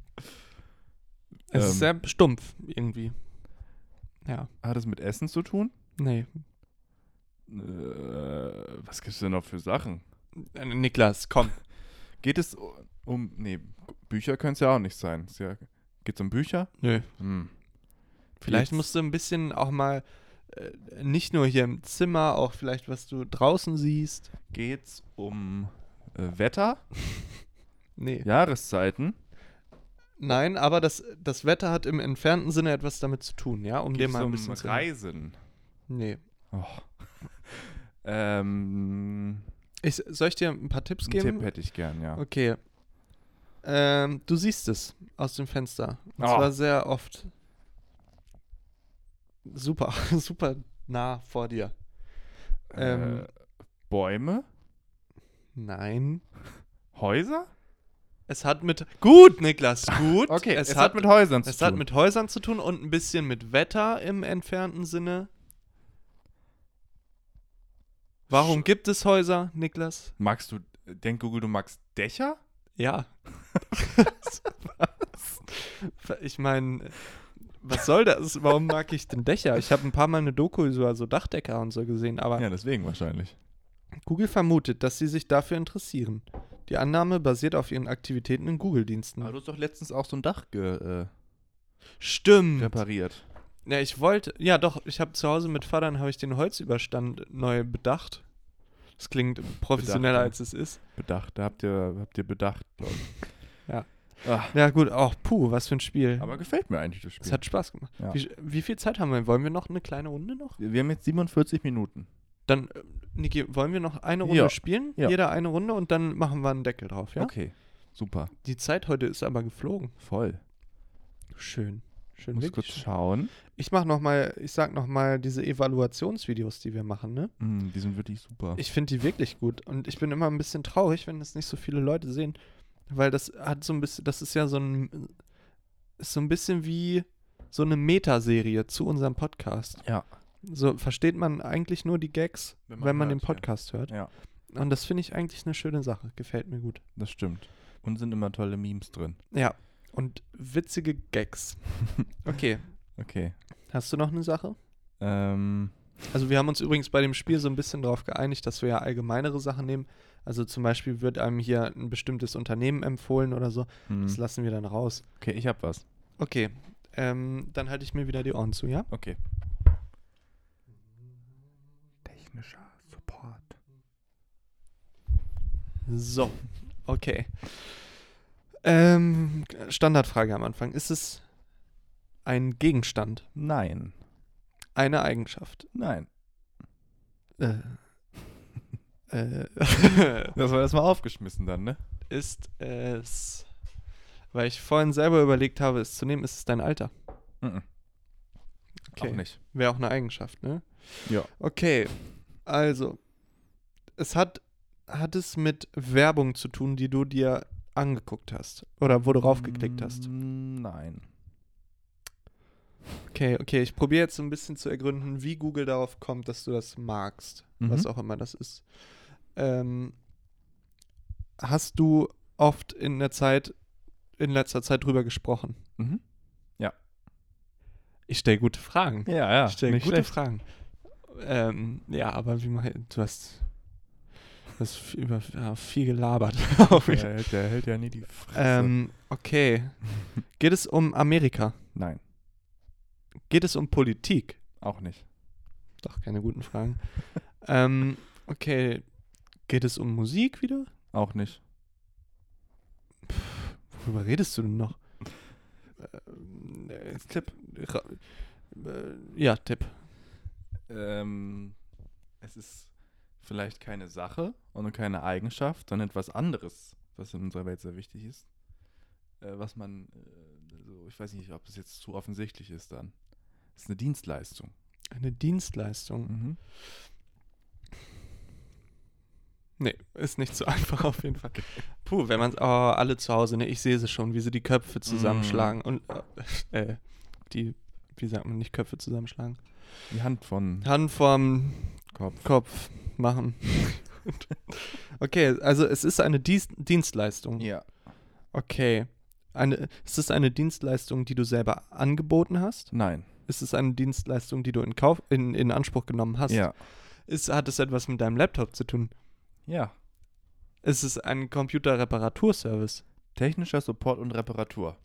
D: es ist
C: Ähm.
D: sehr stumpf irgendwie. Ja.
C: Hat es mit Essen zu tun?
D: Nee.
C: Äh, was gibt es denn noch für Sachen?
D: Äh, Niklas, komm.
C: Geht es o- um. Nee, Bücher können es ja auch nicht sein. Ist Ja, Geht es um Bücher?
D: Nö.
C: Hm.
D: Vielleicht
C: Jetzt-
D: musst du ein bisschen auch mal, äh, nicht nur hier im Zimmer, auch vielleicht, was du draußen siehst.
C: Geht's um äh, Wetter,
D: Nee.
C: Jahreszeiten?
D: Nein, aber das, das Wetter hat im entfernten Sinne etwas damit zu tun, ja? Um dir
C: Geht's
D: mal ein
C: um
D: bisschen zu.
C: Reisen?
D: Nee.
C: Oh. ähm,
D: Ich, soll ich dir ein paar Tipps
C: einen
D: geben?
C: Tipp hätte ich gern, ja.
D: um- Okay. Ähm, du siehst es aus dem Fenster. Und
C: Oh.
D: zwar sehr oft. Super, super nah vor dir. Ähm.
C: Äh, Bäume?
D: Nein.
C: Häuser?
D: Es hat mit. Gut, Niklas, gut.
C: Okay,
D: es,
C: es,
D: hat,
C: mit Häusern zu
D: es
C: tun.
D: hat mit Häusern zu tun und ein bisschen mit Wetter im entfernten Sinne. Warum gibt es Häuser, Niklas?
C: Magst du, denk Google, du magst Dächer?
D: Ja. ich meine, was soll das? Warum mag ich denn Dächer? Ich habe ein paar Mal eine Doku über so Dachdecker und so gesehen, aber
C: deswegen wahrscheinlich.
D: Google vermutet, dass sie sich dafür interessieren. Die Annahme basiert auf ihren Aktivitäten in
C: Aber
D: Google-Diensten.
C: du hast doch letztens auch so ein Dach ge, äh,
D: Stimmt.
C: repariert.
D: Ja, ich wollte, ja doch, ich habe zu Hause mit Vatern habe ich den Holzüberstand neu bedacht. Das klingt professioneller
C: ja.
D: als es ist.
C: Bedacht, da habt ihr, habt ihr bedacht, glaube ich. ne?
D: Ja.
C: Ach,
D: Ja gut, auch puh, was für ein Spiel.
C: aber gefällt mir eigentlich das
D: es
C: Spiel.
D: hat Spaß gemacht.
C: Ja.
D: Wie, wie viel Zeit haben wir? Wollen wir noch eine kleine Runde noch?
C: wir haben jetzt 47 Minuten. ne?
D: Dann, äh, Niki, wollen wir noch eine Runde
C: Ja.
D: spielen?
C: Ja.
D: Jeder eine Runde und dann machen wir einen Deckel drauf, ja?
C: Okay, super,
D: Die Zeit heute ist aber geflogen.
C: voll.
D: Schön.
C: Ich
D: Schön
C: muss
D: wirklich
C: kurz
D: schön.
C: schauen.
D: Ich mach noch mal, ich sag noch mal diese Evaluationsvideos, die wir machen, ne?
C: Hm, die sind wirklich super.
D: Ich finde die wirklich gut und ich bin immer ein bisschen traurig, wenn das nicht so viele Leute sehen, weil das hat so ein bisschen, das ist ja so ein ist so ein bisschen wie so eine Metaserie zu unserem Podcast.
C: Ja.
D: So versteht man eigentlich nur die Gags, wenn
C: Wenn
D: man,
C: man
D: den
C: hört, ja.
D: Podcast hört.
C: ja,
D: Und das finde ich eigentlich eine schöne Sache. Gefällt mir gut.
C: das stimmt. Und sind immer tolle Memes drin.
D: Ja. Und witzige Gags. Okay.
C: Okay.
D: Hast du noch eine Sache?
C: Ähm,
D: Also wir haben uns übrigens bei dem Spiel so ein bisschen darauf geeinigt, dass wir ja allgemeinere Sachen nehmen. Also zum Beispiel wird einem hier ein bestimmtes Unternehmen empfohlen oder so.
C: hm.
D: Das lassen wir dann raus.
C: Okay, ich hab was.
D: Okay. Ähm, dann halte ich mir wieder die Ohren zu, ja?
C: Okay. Technischer Support.
D: So. Okay. Ähm, Standardfrage am Anfang. Ist es ein Gegenstand,
C: Nein.
D: eine Eigenschaft?
C: Nein.
D: Äh. äh,
C: Das war erstmal aufgeschmissen dann, ne?
D: ist es, weil ich vorhin selber überlegt habe, es zu nehmen, ist es dein Alter.
C: Mhm.
D: Okay.
C: Auch nicht.
D: Wäre auch eine Eigenschaft, ne?
C: Ja.
D: Okay, also, es hat, hat es mit Werbung zu tun, die du dir angeguckt hast oder wo du raufgeklickt hast.
C: Mm, Nein.
D: Okay, okay, ich probiere jetzt so ein bisschen zu ergründen, wie Google darauf kommt, dass du das magst,
C: Mhm.
D: was auch immer das ist. Ähm, hast du oft in der Zeit, in letzter Zeit drüber gesprochen?
C: Mhm.
D: Ich stelle gute Fragen.
C: Ja, ja.
D: ich stelle
C: Ah, nicht
D: gute
C: schlecht.
D: Fragen. Ähm, ja, aber wie mach ich, du hast. Das ist viel, über, ja, viel gelabert.
C: Der hält, der hält ja nie die Fresse.
D: ähm, okay. Geht es um Amerika?
C: Nein,
D: Geht es um Politik?
C: auch nicht.
D: Doch, keine guten Fragen. ähm, okay. Geht es um Musik wieder?
C: Auch nicht.
D: Worüber redest du denn noch? Äh, Tipp. Ra äh, ja, Tipp.
C: Ähm, es ist vielleicht keine Sache und keine Eigenschaft, sondern etwas anderes, was in unserer Welt sehr wichtig ist. Äh, was man, äh, so, ich weiß nicht, ob es jetzt zu offensichtlich ist dann. Es ist eine Dienstleistung.
D: Eine Dienstleistung.
C: Mhm.
D: Nee, ist nicht so einfach auf jeden Fall. Puh, wenn man oh, alle zu Hause, ne, ich sehe sie schon, wie sie die Köpfe
C: Mm.
D: zusammenschlagen und äh, die, wie sagt man, nicht Köpfe zusammenschlagen.
C: Die Hand von
D: Hand vorm
C: Kopf.
D: Kopf machen. okay, also es ist eine Dies- Dienstleistung.
C: Ja.
D: Okay. Eine, ist es eine Dienstleistung, die du selber angeboten hast?
C: Nein.
D: Ist es eine Dienstleistung, die du in, Kauf, in, in Anspruch genommen hast?
C: Ja.
D: Ist, hat es etwas mit deinem Laptop zu tun?
C: Ja.
D: Ist es ein Computerreparaturservice?
C: Technischer Support und Reparatur.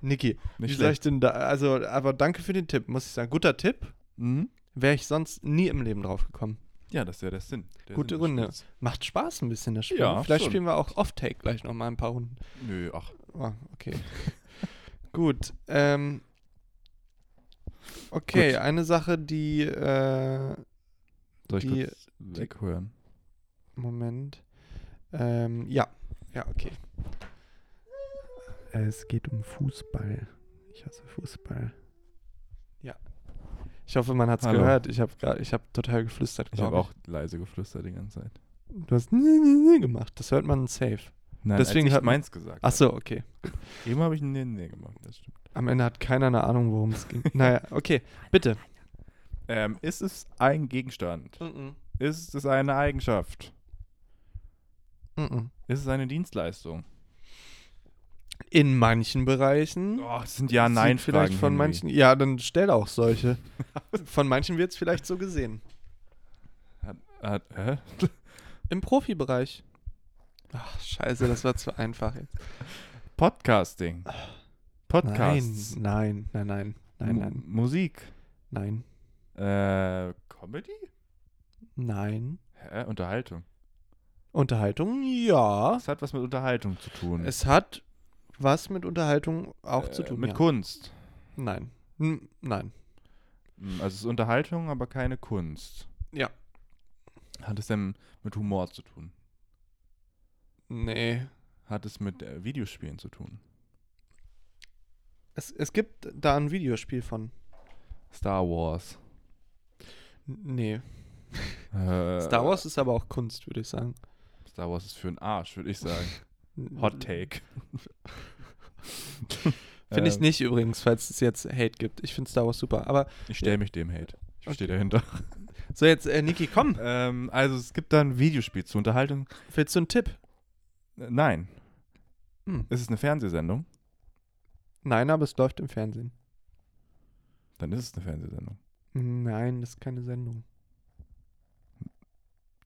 D: Niki,
C: Nicht
D: wie soll ich denn da, also, aber danke für den Tipp, muss ich sagen. Guter Tipp,
C: Mhm.
D: wäre ich sonst nie im Leben drauf gekommen.
C: Ja, das ist ja der Sinn. Der
D: Gute
C: Sinn des
D: Runde.
C: Spiels.
D: Macht Spaß ein bisschen, das Spiel.
C: Ja,
D: Vielleicht
C: schon.
D: spielen wir auch Off-Take gleich nochmal ein paar Runden.
C: Nö, ach.
D: Ah, okay. Gut. Ähm, okay,
C: Gut.
D: eine Sache, die. Äh,
C: Soll ich
D: Die-
C: kurz weghören?
D: Moment. Ähm, ja. Ja, okay. Es geht um Fußball. Ich hasse Fußball. Ja. Ich hoffe, man hat es
C: Hallo.
D: gehört. Ich habe gerade, ich habe total geflüstert.
C: Ich habe
D: glaub
C: auch leise geflüstert die ganze Zeit.
D: ich. Du hast nie, nie, nie gemacht. Das hört man safe.
C: Nein,
D: Deswegen
C: als ich
D: hat-
C: meins gesagt.
D: Ach so, okay.
C: Eben habe ich einen Nee gemacht, das stimmt.
D: Am Ende hat keiner eine Ahnung, worum es ging. naja, okay. Bitte.
C: Ähm, ist es ein Gegenstand? Ist es eine Eigenschaft?
D: Mhm.
C: Ist es eine Dienstleistung?
D: In manchen Bereichen.
C: Oh, das sind
D: Sieht vielleicht von manchen. Ja, dann stell auch solche. von manchen wird es vielleicht so gesehen.
C: Hat, hat, Äh, hä?
D: Im Profibereich. Ach, scheiße, das war zu einfach. Jetzt.
C: Podcasting. Podcasts.
D: Nein, nein, nein, nein, nein,
C: Mu-
D: nein,
C: Musik.
D: nein,
C: Äh, Comedy?
D: nein.
C: Hä? Unterhaltung.
D: Unterhaltung, ja.
C: Das hat was mit Unterhaltung zu tun.
D: Es hat was mit Unterhaltung auch zu
C: Äh,
D: tun.
C: Mit
D: ja.
C: Kunst.
D: Nein. N nein.
C: Hm, Also es ist Unterhaltung, aber keine Kunst.
D: Ja.
C: Hat es denn mit Humor zu tun?
D: Nee.
C: Hat es mit äh, Videospielen zu tun?
D: Es, es gibt da ein Videospiel von.
C: Star Wars.
D: N- Nee.
C: Äh,
D: Star Wars ist aber auch Kunst, würde ich sagen.
C: Star Wars ist für einen Arsch, würde ich sagen. Hot Take.
D: Finde ich
C: Ähm,
D: nicht übrigens, falls es jetzt Hate gibt. Ich finde Star Wars super. Aber
C: Ich stelle mich dem Hate. Ich stehe dahinter.
D: so, jetzt, äh, Niki, komm.
C: Ähm, also es gibt da ein Videospiel zur Unterhaltung.
D: Willst du einen Tipp?
C: Äh, Nein.
D: Hm.
C: Ist es eine Fernsehsendung?
D: Nein, aber es läuft im Fernsehen.
C: Dann ist es eine Fernsehsendung.
D: Nein, das ist keine Sendung.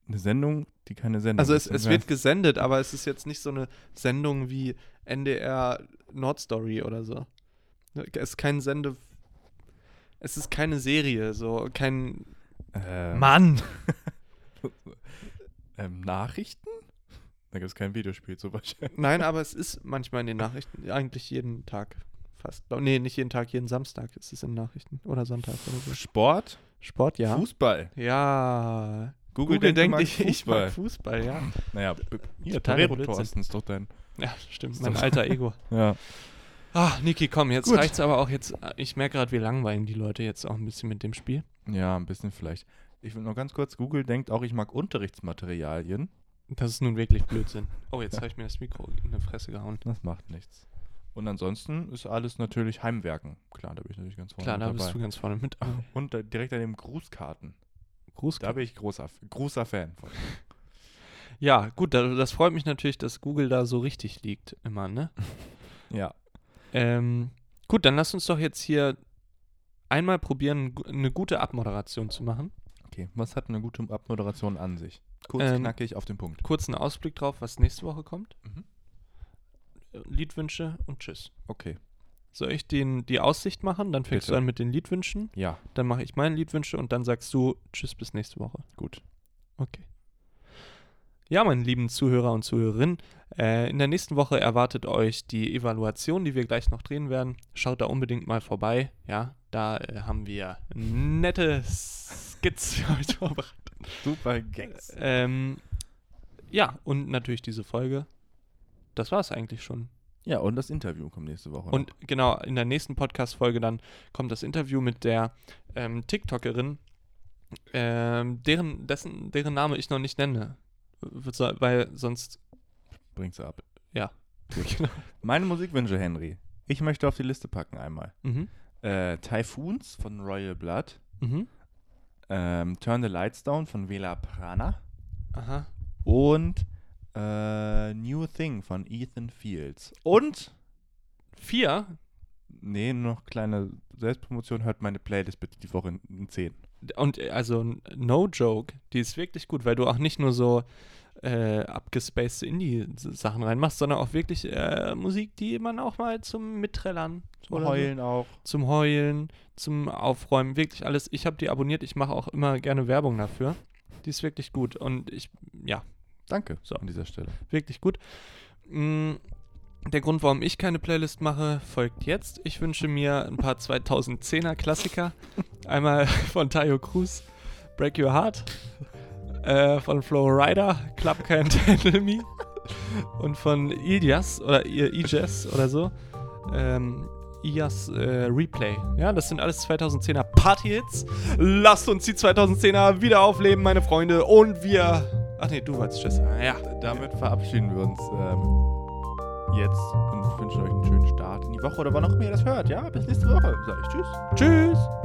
C: Eine Sendung, die keine Sendung
D: Also es,
C: ist.
D: es wird gesendet, aber es ist jetzt nicht so eine Sendung wie NDR Nordstory oder so. Es ist kein Sende... Es ist keine Serie, so kein...
C: Ähm,
D: Mann!
C: ähm, Nachrichten? Da gibt es kein Videospiel zum Beispiel.
D: Nein, aber es ist manchmal in den Nachrichten, eigentlich jeden Tag fast. Nee, nicht jeden Tag, jeden Samstag ist es in den Nachrichten. Oder Sonntag oder so.
C: Sport?
D: Sport, ja.
C: Fußball.
D: Ja.
C: Google, denkt,
D: ich,
C: ich,
D: ich
C: Fußball.
D: mag Fußball, ja.
C: naja, b- hier,
D: Totaler
C: Torero
D: Blödsinn.
C: Thorsten ist doch dein.
D: Ja, stimmt.
C: mein
D: Mein alter Ego.
C: Ja.
D: Ah, Niki, komm, jetzt
C: Gut.
D: reicht's aber auch jetzt. Ich merke gerade, wie langweilen die Leute jetzt auch ein bisschen mit dem Spiel.
C: Ja, ein bisschen vielleicht. Ich will noch ganz kurz, Google denkt auch, ich mag Unterrichtsmaterialien.
D: Das ist nun wirklich Blödsinn. Oh, jetzt habe ich mir das Mikro in die Fresse gehauen.
C: Das macht nichts. Und ansonsten ist alles natürlich Heimwerken. Klar, da bin ich natürlich ganz vorne
D: Klar, da
C: mit
D: bist du ganz vorne mit.
C: Und da, direkt an dem Grußkarten.
D: Gruß.
C: Da bin ich großer, großer Fan von.
D: Ja, gut, da- das freut mich natürlich, dass Google da so richtig liegt immer, ne?
C: Ja.
D: Ähm, gut, dann lass uns doch jetzt hier einmal probieren, gu- eine gute Abmoderation zu machen.
C: Okay, was hat eine gute Abmoderation an sich? Kurz,
D: Ähm,
C: knackig, auf den Punkt.
D: Kurzen Ausblick drauf, was nächste Woche kommt.
C: Mhm.
D: Äh, Liedwünsche und Tschüss.
C: Okay,
D: Soll ich den, die Aussicht machen? Dann fängst
C: Bitte.
D: du an mit den Liedwünschen.
C: ja,
D: Dann mache ich meine Liedwünsche und dann sagst du Tschüss bis nächste Woche.
C: gut.
D: Okay. Ja, meine lieben Zuhörer und Zuhörerinnen, äh, in der nächsten Woche erwartet euch die Evaluation, die wir gleich noch drehen werden. Schaut da unbedingt mal vorbei. Ja, da äh, haben wir nette Skizzen für euch vorbereitet.
C: Super Gags.
D: Ähm, ja, und natürlich diese Folge. Das war es eigentlich schon.
C: Ja, und das Interview kommt nächste Woche. noch.
D: Und genau, in der nächsten Podcast-Folge dann kommt das Interview mit der ähm, TikTokerin, ähm, deren, dessen, deren Name ich noch nicht nenne. Wird so- Weil sonst,
C: bring's ab.
D: ja.
C: Gut.
D: Genau.
C: Meine Musikwünsche, Henry. Ich möchte auf die Liste packen einmal.
D: Mhm.
C: Äh, Typhoons von Royal Blood.
D: Mhm.
C: Ähm, Turn the Lights Down von Vela Prana.
D: Aha.
C: Und äh, New Thing von Ethan Fields. Und,
D: Vier?
C: nee, noch kleine Selbstpromotion, hört meine Playlist bitte die Woche in- in 10.
D: Und äh, also, no joke, die ist wirklich gut, weil du auch nicht nur so äh, abgespaced Indie-Sachen reinmachst, sondern auch wirklich äh, Musik, die man auch mal zum Mitträllern oder so-
C: auch.
D: zum Heulen, zum Aufräumen, wirklich alles. Ich habe die abonniert, ich mache auch immer gerne Werbung dafür. Die ist wirklich gut und ich, ja,
C: Danke,
D: So.
C: an dieser Stelle.
D: wirklich gut. Mm, Der Grund, warum ich keine Playlist mache, folgt jetzt. Ich wünsche mir ein paar 2010er Klassiker. Einmal von Tayo Cruz, Break Your Heart, äh, von Flo Rider, Club Can't Handle Me und von Ilias oder I- Ijas oder so. Ähm, Ilias äh, Replay. Ja, das sind alles 2010er Party-Hits. Lasst uns die 2010er wieder aufleben, meine Freunde. Und wir... Ach nee, du warst Tschüss. Ja.
C: Damit verabschieden wir uns ähm, jetzt und wünschen euch einen schönen Start in die Woche oder wann auch immer ihr das hört. Ja, bis nächste Woche. Sag ich Tschüss.
D: Tschüss.